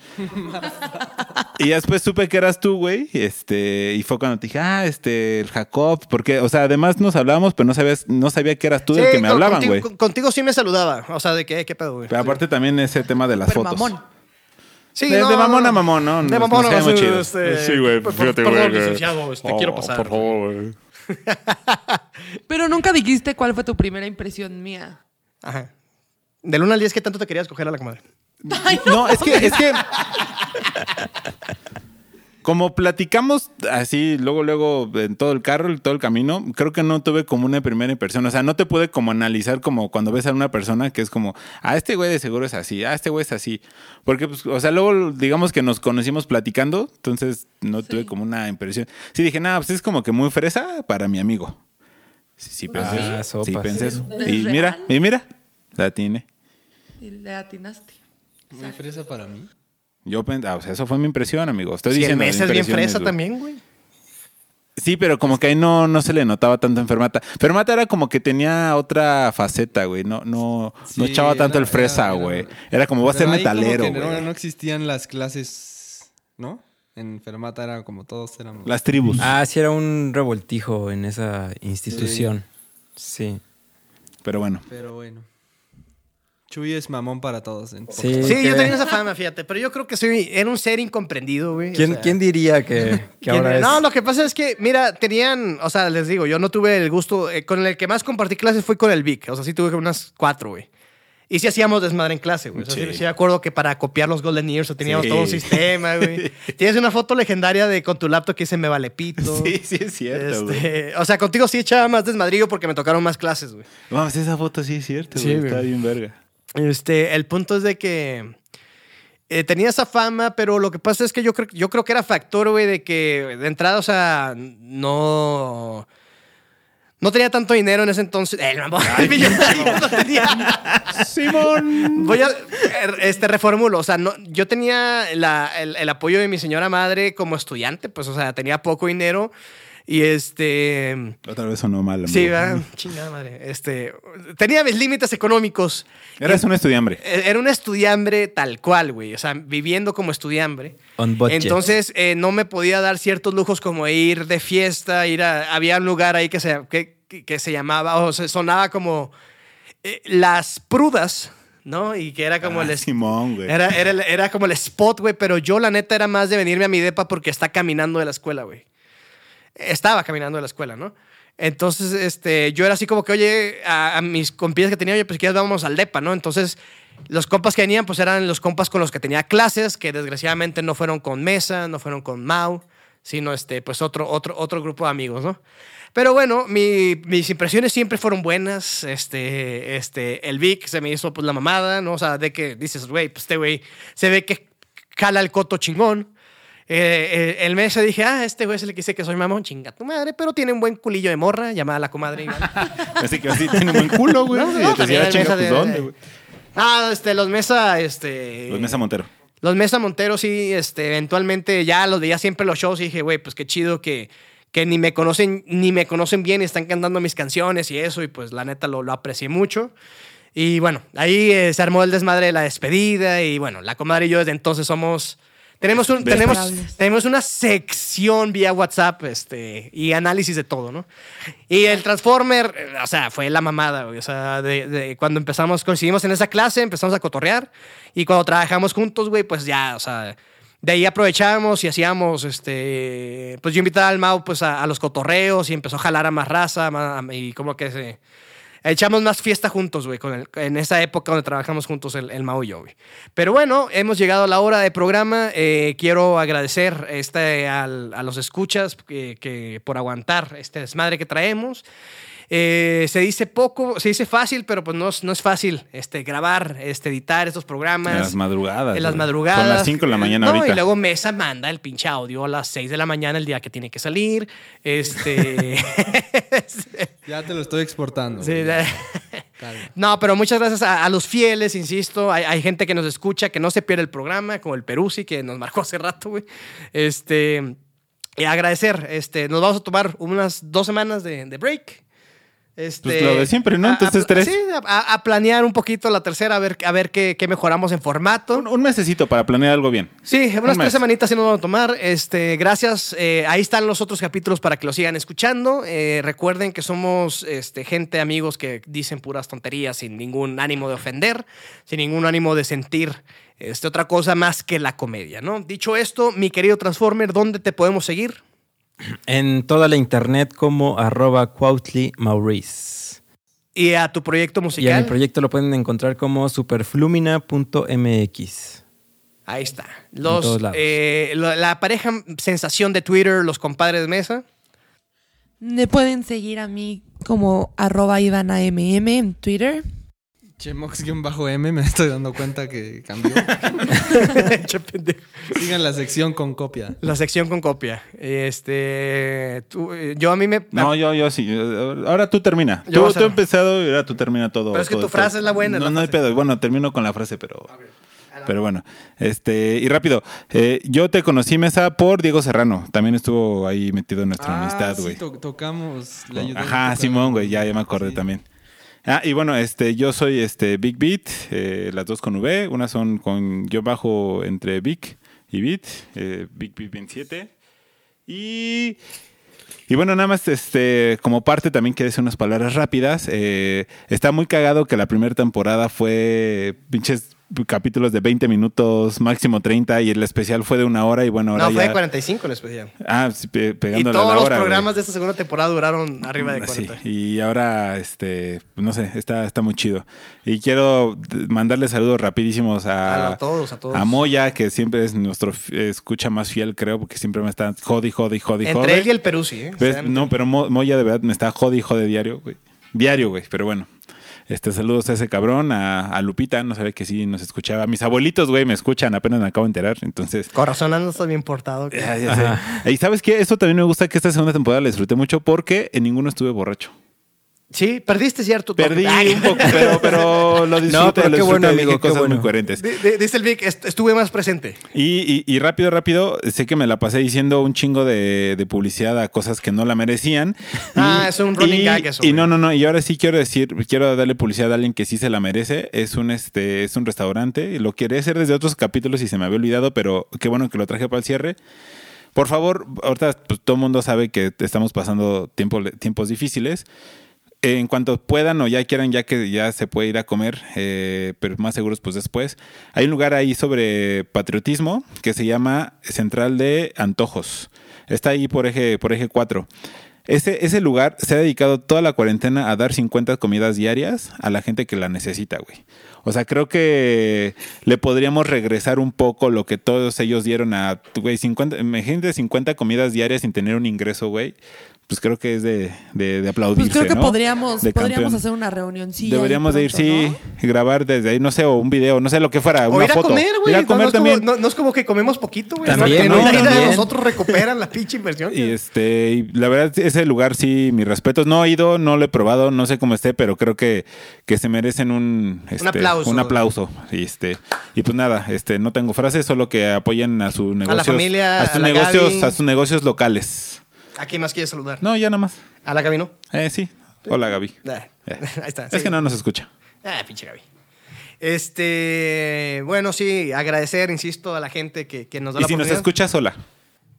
Speaker 1: y ya después supe que eras tú, güey. Este, y fue cuando te dije, ah, este, el Jacob, porque, o sea, además nos hablábamos, pero no sabías, no sabía que eras tú del
Speaker 2: Sí,
Speaker 1: que me
Speaker 2: con-
Speaker 1: hablaban,
Speaker 2: contigo-
Speaker 1: güey.
Speaker 2: con- Contigo sí me saludaba. O sea, de que, ¿qué pedo, güey?
Speaker 1: Pero aparte también ese tema de las
Speaker 3: Pero
Speaker 1: fotos.
Speaker 3: mamón.
Speaker 2: Sí,
Speaker 1: de,
Speaker 2: no,
Speaker 1: de
Speaker 2: no,
Speaker 1: mamón
Speaker 2: no.
Speaker 1: a mamón, ¿no?
Speaker 2: De
Speaker 1: Nos-
Speaker 2: mamón
Speaker 1: nos
Speaker 2: a
Speaker 1: cae muy
Speaker 2: mamón.
Speaker 1: chido.
Speaker 2: este,
Speaker 1: Eh, Sí, güey,
Speaker 2: por-
Speaker 1: fíjate,
Speaker 2: perdón,
Speaker 1: güey, que- Oh,
Speaker 2: licenciado, este, quiero pasar.
Speaker 1: Por favor, güey.
Speaker 3: Pero nunca dijiste cuál fue tu primera impresión mía.
Speaker 2: Ajá. Del 1 al 10, ¿qué tanto te querías coger a la comadre?
Speaker 1: No, es que, es que. Como platicamos así, luego, luego, en todo el carro, en todo el camino, creo que no tuve como una primera impresión. O sea, no te pude como analizar como cuando ves a una persona que es como, ah, este güey de seguro es así, ah, este güey es así. Porque, pues, o sea, luego digamos que nos conocimos platicando, entonces no tuve como una impresión. Sí, dije, nada, pues es como que muy fresa para mi amigo. Sí, sí, pensé
Speaker 4: Ah,
Speaker 1: eso. Sí,
Speaker 4: sopas.
Speaker 1: pensé eso.
Speaker 3: ¿Es
Speaker 1: Y
Speaker 3: real?
Speaker 1: mira, y mira, la tiene.
Speaker 3: Y le atinaste.
Speaker 5: Muy fresa para mí.
Speaker 1: Yo pen- ah, o sea, eso fue mi impresión, amigo. Estoy
Speaker 2: Si el
Speaker 1: diciendo.
Speaker 2: mes es bien
Speaker 1: impresiones,
Speaker 2: fresa
Speaker 1: güey.
Speaker 2: también, güey.
Speaker 1: Sí, pero como que ahí no, no se le notaba tanto enfermata. Fermata era como que tenía otra faceta, güey. No, no, no
Speaker 5: Sí,
Speaker 1: echaba tanto el
Speaker 5: era-
Speaker 1: fresa,
Speaker 5: era- era-
Speaker 1: güey. Era, como voy a ser
Speaker 5: Pero ahí como
Speaker 1: metalero,
Speaker 5: que
Speaker 1: güey.
Speaker 5: No, no existían las clases, ¿no? En Fermata era como todos éramos.
Speaker 1: Las tribus.
Speaker 4: Ah, sí, era un revoltijo en esa institución. Sí.
Speaker 1: Pero bueno.
Speaker 5: Pero bueno. Chuy es mamón para todos. en
Speaker 4: Sí,
Speaker 5: pocas-
Speaker 2: Sí,
Speaker 4: que-
Speaker 2: yo tenía esa fama, fíjate. Pero yo creo que soy, era un ser incomprendido, güey. o
Speaker 4: ¿Quién,
Speaker 2: sea.
Speaker 4: quién diría que, que
Speaker 2: ¿Quién era?
Speaker 4: ahora es?
Speaker 2: No, lo que pasa es que, mira, tenían, o sea, les digo, yo no tuve el gusto, eh, con el que más compartí clases fue con el Vic, o sea, sí tuve unas cuatro, güey. Y sí hacíamos desmadre en clase, güey. O sea, sí.
Speaker 1: Sí.
Speaker 2: sí me acuerdo que para copiar los Golden Years teníamos
Speaker 1: Sí.
Speaker 2: todo un sistema, güey. Tienes una foto legendaria de con tu laptop que dice me vale pito.
Speaker 1: Sí, sí es cierto, güey.
Speaker 2: Este, o sea, contigo sí echaba más desmadrillo porque me tocaron más clases, güey.
Speaker 1: Vamos, esa foto sí es cierto,
Speaker 2: Sí,
Speaker 1: güey.
Speaker 2: güey.
Speaker 1: Está bien verga.
Speaker 2: Este, el punto es de que eh, tenía esa fama, pero lo que pasa es que yo creo, yo creo que era factor, güey, de que de entrada, o sea, no. No tenía tanto dinero en ese entonces. El mamón, el millonario no tenía.
Speaker 1: Simón.
Speaker 2: Voy a. Este, reformulo. O sea, no, yo tenía la- el, el apoyo de mi señora madre como estudiante, pues, o sea, tenía poco dinero. Y este.
Speaker 1: Otra vez sonó mal, amigo.
Speaker 2: Sí, ¿verdad? Chingada madre. Este, tenía mis límites económicos.
Speaker 1: Eras un estudiambre.
Speaker 2: Eh, Era un estudiambre tal cual, güey. O sea, viviendo como estudiambre.
Speaker 4: On budget.
Speaker 2: Entonces, eh, no me podía dar ciertos lujos como ir de fiesta, ir a... Había un lugar ahí que se, que, que- que se llamaba, o se sonaba como eh, Las Prudas, ¿no? Y que era como
Speaker 1: Ah,
Speaker 2: el... es-
Speaker 1: Simón, güey.
Speaker 2: Era, era, el- era como el spot, güey, pero yo la neta era más de venirme a mi depa porque está caminando de la escuela, güey. Estaba caminando de la escuela, ¿no? Entonces, este, yo era así como que, oye, a, a mis compillas que tenía, oye, pues que ya vámonos al depa, ¿no? Entonces, los compas que venían, pues eran los compas con los que tenía clases, que desgraciadamente no fueron con Mesa, no fueron con Mau, sino, este, pues otro, otro, otro grupo de amigos, ¿no? Pero bueno, mi- mis impresiones siempre fueron buenas. Este, este, el Vic se me hizo pues la mamada, ¿no? O sea, de que dices, güey, pues este güey se ve que cala el coto chingón. Eh, eh, el mes dije, ah, este güey es el que dice que soy mamón, chinga tu madre, pero tiene un buen culillo de morra, llamada la comadre. igual.
Speaker 1: Así que así tiene un buen culo, güey.
Speaker 2: No, no,
Speaker 1: Y te
Speaker 2: también
Speaker 1: decía,
Speaker 2: el
Speaker 1: chinga,
Speaker 2: Mesa
Speaker 1: pues,
Speaker 2: de-
Speaker 1: ¿dónde, güey?
Speaker 2: ah, este, los mesa, este.
Speaker 1: Los Mesa Montero.
Speaker 2: Los Mesa Montero sí, este, eventualmente ya los veía siempre en los shows y dije, güey, pues qué chido que, que ni me conocen, ni me conocen bien y están cantando mis canciones y eso, y pues la neta lo, lo aprecié mucho. Y bueno, ahí eh, se armó el desmadre de la despedida y bueno, la comadre y yo desde entonces somos... Tenemos, un, tenemos,
Speaker 3: Desperables.
Speaker 2: tenemos una sección vía WhatsApp este, y análisis de todo, ¿no? Y el Transformer, eh, o sea, fue la mamada, güey. O sea, de, de cuando empezamos, coincidimos en esa clase, empezamos a cotorrear. Y cuando trabajamos juntos, güey, pues ya, o sea, de ahí aprovechábamos y hacíamos, este, pues yo invitaba al Mau, pues a, a los cotorreos y empezó a jalar a más raza ma- y como que se... Echamos más fiesta juntos, güey, con el- en esa época donde trabajamos juntos el, el Mau y yo, güey. Pero bueno, hemos llegado a la hora de programa. Eh, quiero agradecer este, al- a los escuchas que, que por aguantar este desmadre que traemos. Eh, se dice poco, se dice fácil, pero pues no, es- no es fácil este, grabar, este, editar estos programas.
Speaker 1: En las madrugadas.
Speaker 2: En las
Speaker 1: güey.
Speaker 2: madrugadas.
Speaker 1: Son las 5 de la mañana
Speaker 2: No,
Speaker 1: ahorita.
Speaker 2: y luego Mesa manda el pinche audio a las 6 de la mañana el día que tiene que salir. Este.
Speaker 5: Ya te lo estoy exportando.
Speaker 2: Sí,
Speaker 5: güey.
Speaker 2: la-
Speaker 5: Calma.
Speaker 2: No, pero muchas gracias a, a los fieles, insisto. Hay, hay gente que nos escucha, que no se pierde el programa, como el Perusi, que nos marcó hace rato, güey. Este, y agradecer. Este, nos vamos a tomar unas dos semanas de, de break. Este,
Speaker 1: Pues lo de siempre, ¿no?
Speaker 2: a- a-
Speaker 1: Entonces, tres.
Speaker 2: Sí, a, a planear un poquito la tercera, a ver, a ver qué, qué mejoramos en formato.
Speaker 1: Un, un mesecito para planear algo bien.
Speaker 2: Sí, unas
Speaker 1: Un
Speaker 2: tres
Speaker 1: mes.
Speaker 2: semanitas sí nos vamos a tomar. Este, gracias. Eh, ahí están los otros capítulos para que los sigan escuchando. Eh, recuerden que somos este, gente, amigos, que dicen puras tonterías sin ningún ánimo de ofender, sin ningún ánimo de sentir este, otra cosa más que la comedia, ¿no? Dicho esto, mi querido Transformer, ¿dónde te podemos seguir?
Speaker 4: En toda la internet como arroba Cuautli Maurice.
Speaker 2: Y a tu proyecto
Speaker 4: Y a mi
Speaker 2: musical.
Speaker 4: proyecto lo pueden encontrar como superflumina.mx.
Speaker 2: ahí está. Los,
Speaker 4: todos lados.
Speaker 2: eh, lo- la pareja sensación de Twitter, los compadres de mesa.
Speaker 3: Me pueden seguir a mí como arroba IvanaMM en Twitter.
Speaker 5: Chemox-M, me estoy dando cuenta que cambió.
Speaker 2: Che, pendejo.
Speaker 5: Sigan la sección con copia.
Speaker 2: La sección con copia. Este. tú, eh, yo a mí me.
Speaker 1: No, yo, yo sí. Ahora tú termina.
Speaker 2: Yo voy a
Speaker 1: Tú, tú
Speaker 2: hacer-
Speaker 1: empezado y ahora tú termina todo.
Speaker 2: Pero es que
Speaker 1: todo
Speaker 2: tu
Speaker 1: esto.
Speaker 2: frase es la buena,
Speaker 1: No,
Speaker 2: la
Speaker 1: no hay
Speaker 2: frase.
Speaker 1: pedo. Bueno, termino con la frase, pero. Pero bueno, este, y rápido, eh, yo te conocí, Mesa, por Diego Serrano. También estuvo ahí metido en
Speaker 2: Ah,
Speaker 1: nuestra amistad,
Speaker 5: Ah, sí,
Speaker 1: güey. Oh,
Speaker 5: to- tocamos. le ayudé a
Speaker 1: Ajá,
Speaker 5: tocar.
Speaker 1: Simón, güey, ya, ya me acordé
Speaker 5: Sí.
Speaker 1: también. Ah, y bueno, este, yo soy este Big Beat, eh, las dos con V, unas son con yo bajo entre Big y Beat, eh, Big Beat 27. Y, y bueno, nada más, este, como parte también quiero decir unas palabras rápidas. Eh, está muy cagado que la primera temporada fue pinches capítulos de 20 minutos, máximo 30, y el especial fue de una hora, y bueno, ahora
Speaker 2: no, fue
Speaker 1: ya...
Speaker 2: de 45 el especial.
Speaker 1: Ah, sí, pe-
Speaker 2: Y
Speaker 1: pegándole a
Speaker 2: todos
Speaker 1: la
Speaker 2: los
Speaker 1: hora, güey. Mm,
Speaker 2: programas de esta segunda temporada duraron arriba de 40.
Speaker 1: Sí, y ahora, este, no sé, está, está muy chido. Y quiero d- mandarle saludos rapidísimos a,
Speaker 2: A lo- todos, a todos.
Speaker 1: a Moya, que siempre es nuestro f- escucha más fiel, creo, porque siempre me está jodi, jodi, jodi,
Speaker 2: Entre
Speaker 1: jode.
Speaker 2: él y el Perú, sí. ¿eh?
Speaker 1: ¿Ves?
Speaker 2: O sea,
Speaker 1: No, pero Mo- Moya de verdad me está jodi, jode diario, güey. Diario, güey, pero bueno. Este, saludos a ese cabrón, a, a Lupita, no sabía que sí nos escuchaba. Mis abuelitos, güey, me escuchan, apenas me acabo de enterar, entonces...
Speaker 2: Con razón andas bien portado. que-
Speaker 1: ya- ya sé. Y sabes qué, esto también me gusta que esta segunda temporada la disfruté mucho porque en ninguno estuve borracho.
Speaker 2: Sí, perdiste cierto. toque.
Speaker 1: Perdí
Speaker 2: Ay.
Speaker 1: un poco, pero, pero lo disfruté,
Speaker 4: No, pero
Speaker 1: lo
Speaker 4: qué
Speaker 1: disfruté,
Speaker 4: bueno,
Speaker 1: digo,
Speaker 4: amigo, qué
Speaker 1: cosas muy
Speaker 4: bueno.
Speaker 1: coherentes.
Speaker 2: Di- di- Dice el Vic, est- estuve más presente.
Speaker 1: Y, y- y rápido, rápido, sé que me la pasé diciendo un chingo de, de publicidad a cosas que no la merecían.
Speaker 2: Ah,
Speaker 1: Y-
Speaker 2: es un running
Speaker 1: y-
Speaker 2: gag eso,
Speaker 1: Y
Speaker 2: güey.
Speaker 1: no, no, no, y ahora sí quiero decir, quiero darle publicidad a alguien que sí se la merece. Es un, este, es un restaurante, y lo quería hacer desde otros capítulos y se me había olvidado, pero qué bueno que lo traje para el cierre. Por favor, ahorita pues, todo el mundo sabe que estamos pasando tiempo- tiempos difíciles. Eh, en cuanto puedan o ya quieran, ya que ya se puede ir a comer, eh, pero más seguros pues después. Hay un lugar ahí sobre patriotismo que se llama Central de Antojos. Está ahí por eje, por eje 4. Ese, ese lugar se ha dedicado toda la cuarentena a dar 50 comidas diarias a la gente que la necesita, güey. O sea, creo que le podríamos regresar un poco lo que todos ellos dieron a, güey, 50, imagínate 50 comidas diarias sin tener un ingreso, güey. Pues creo que es de, de, de aplaudirse,
Speaker 3: Pues creo que
Speaker 1: ¿no?
Speaker 3: podríamos,
Speaker 1: De
Speaker 3: podríamos
Speaker 1: campeón.
Speaker 3: hacer una reunión. Sí,
Speaker 1: Deberíamos de ir, sí, y grabar desde ahí, no sé, o un video, no sé lo que fuera,
Speaker 2: O
Speaker 1: una
Speaker 2: ir a
Speaker 1: foto.
Speaker 2: comer, güey.
Speaker 1: Ir a
Speaker 2: No,
Speaker 1: comer
Speaker 2: no es como-
Speaker 1: también.
Speaker 2: no, no es como que comemos poquito, güey.
Speaker 4: También,
Speaker 2: Porque
Speaker 1: ¿no?
Speaker 2: la ida de
Speaker 4: También.
Speaker 2: nosotros recuperan la pinche inversión.
Speaker 1: Y este, y la verdad, ese lugar sí, mis respetos. No he ido, no lo he probado, no sé cómo esté, pero creo que, que se merecen un, este,
Speaker 2: aplauso.
Speaker 1: Un aplauso. Y, este, y pues nada, este, no tengo frases, solo que apoyen a sus negocios.
Speaker 2: familia, a
Speaker 1: sus
Speaker 2: la
Speaker 1: negocios,
Speaker 2: Gaby.
Speaker 1: a sus negocios locales.
Speaker 2: ¿A quién más quieres saludar?
Speaker 1: No, ya nada más.
Speaker 2: ¿A la Gaby no?
Speaker 1: Eh, sí. Hola, Gaby.
Speaker 2: Ah,
Speaker 1: Eh.
Speaker 2: Ahí está.
Speaker 1: Es que no nos escucha.
Speaker 2: Ah, pinche Gaby. Este, bueno, sí, agradecer, insisto, a la gente que, que nos da
Speaker 1: Y
Speaker 2: Pues la
Speaker 1: si nos
Speaker 2: oportunidad.
Speaker 1: escucha sola.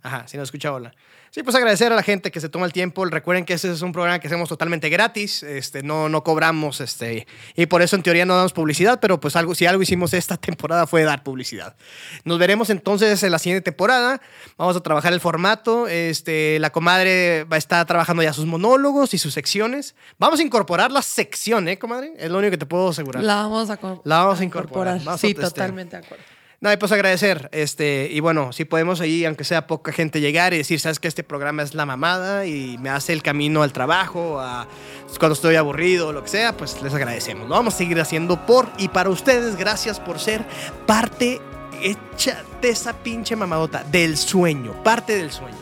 Speaker 2: Ajá, si nos escucha, hola. Sí, pues agradecer a la gente que se toma el tiempo. Recuerden que este es un programa que hacemos totalmente gratis. Este, no, no cobramos, este, y por eso en teoría no damos publicidad, pero pues algo, si algo hicimos esta temporada fue dar publicidad. Nos veremos entonces en la siguiente temporada. Vamos a trabajar el formato. Este, la comadre va a estar trabajando ya sus monólogos y sus secciones. Vamos a incorporar la sección, ¿eh, comadre? Es lo único que te puedo asegurar.
Speaker 3: La vamos a, co-
Speaker 2: La vamos a
Speaker 3: a
Speaker 2: incorporar. Vamos a
Speaker 3: sí,
Speaker 2: testear.
Speaker 3: totalmente de acuerdo.
Speaker 2: No, y pues agradecer. Este, y bueno, si podemos ahí, aunque sea poca gente, llegar y decir, sabes que este programa es la mamada y me hace el camino al trabajo, a pues, cuando estoy aburrido, lo que sea, pues les agradecemos. Lo vamos a seguir haciendo por y para ustedes. Gracias por ser parte hecha de esa pinche mamadota, del sueño, parte del sueño.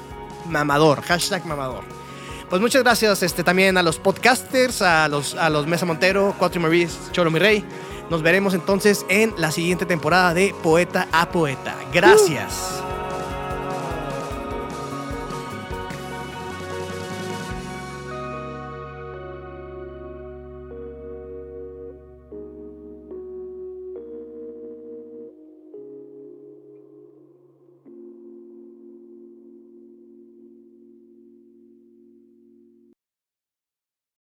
Speaker 2: Mamador, hashtag mamador. Pues muchas gracias este, también a los podcasters, a los, a los Mesa Montero, Cuatro y Maris, Cholo Mi Rey. Nos veremos entonces en la siguiente temporada de Poeta a Poeta. Gracias.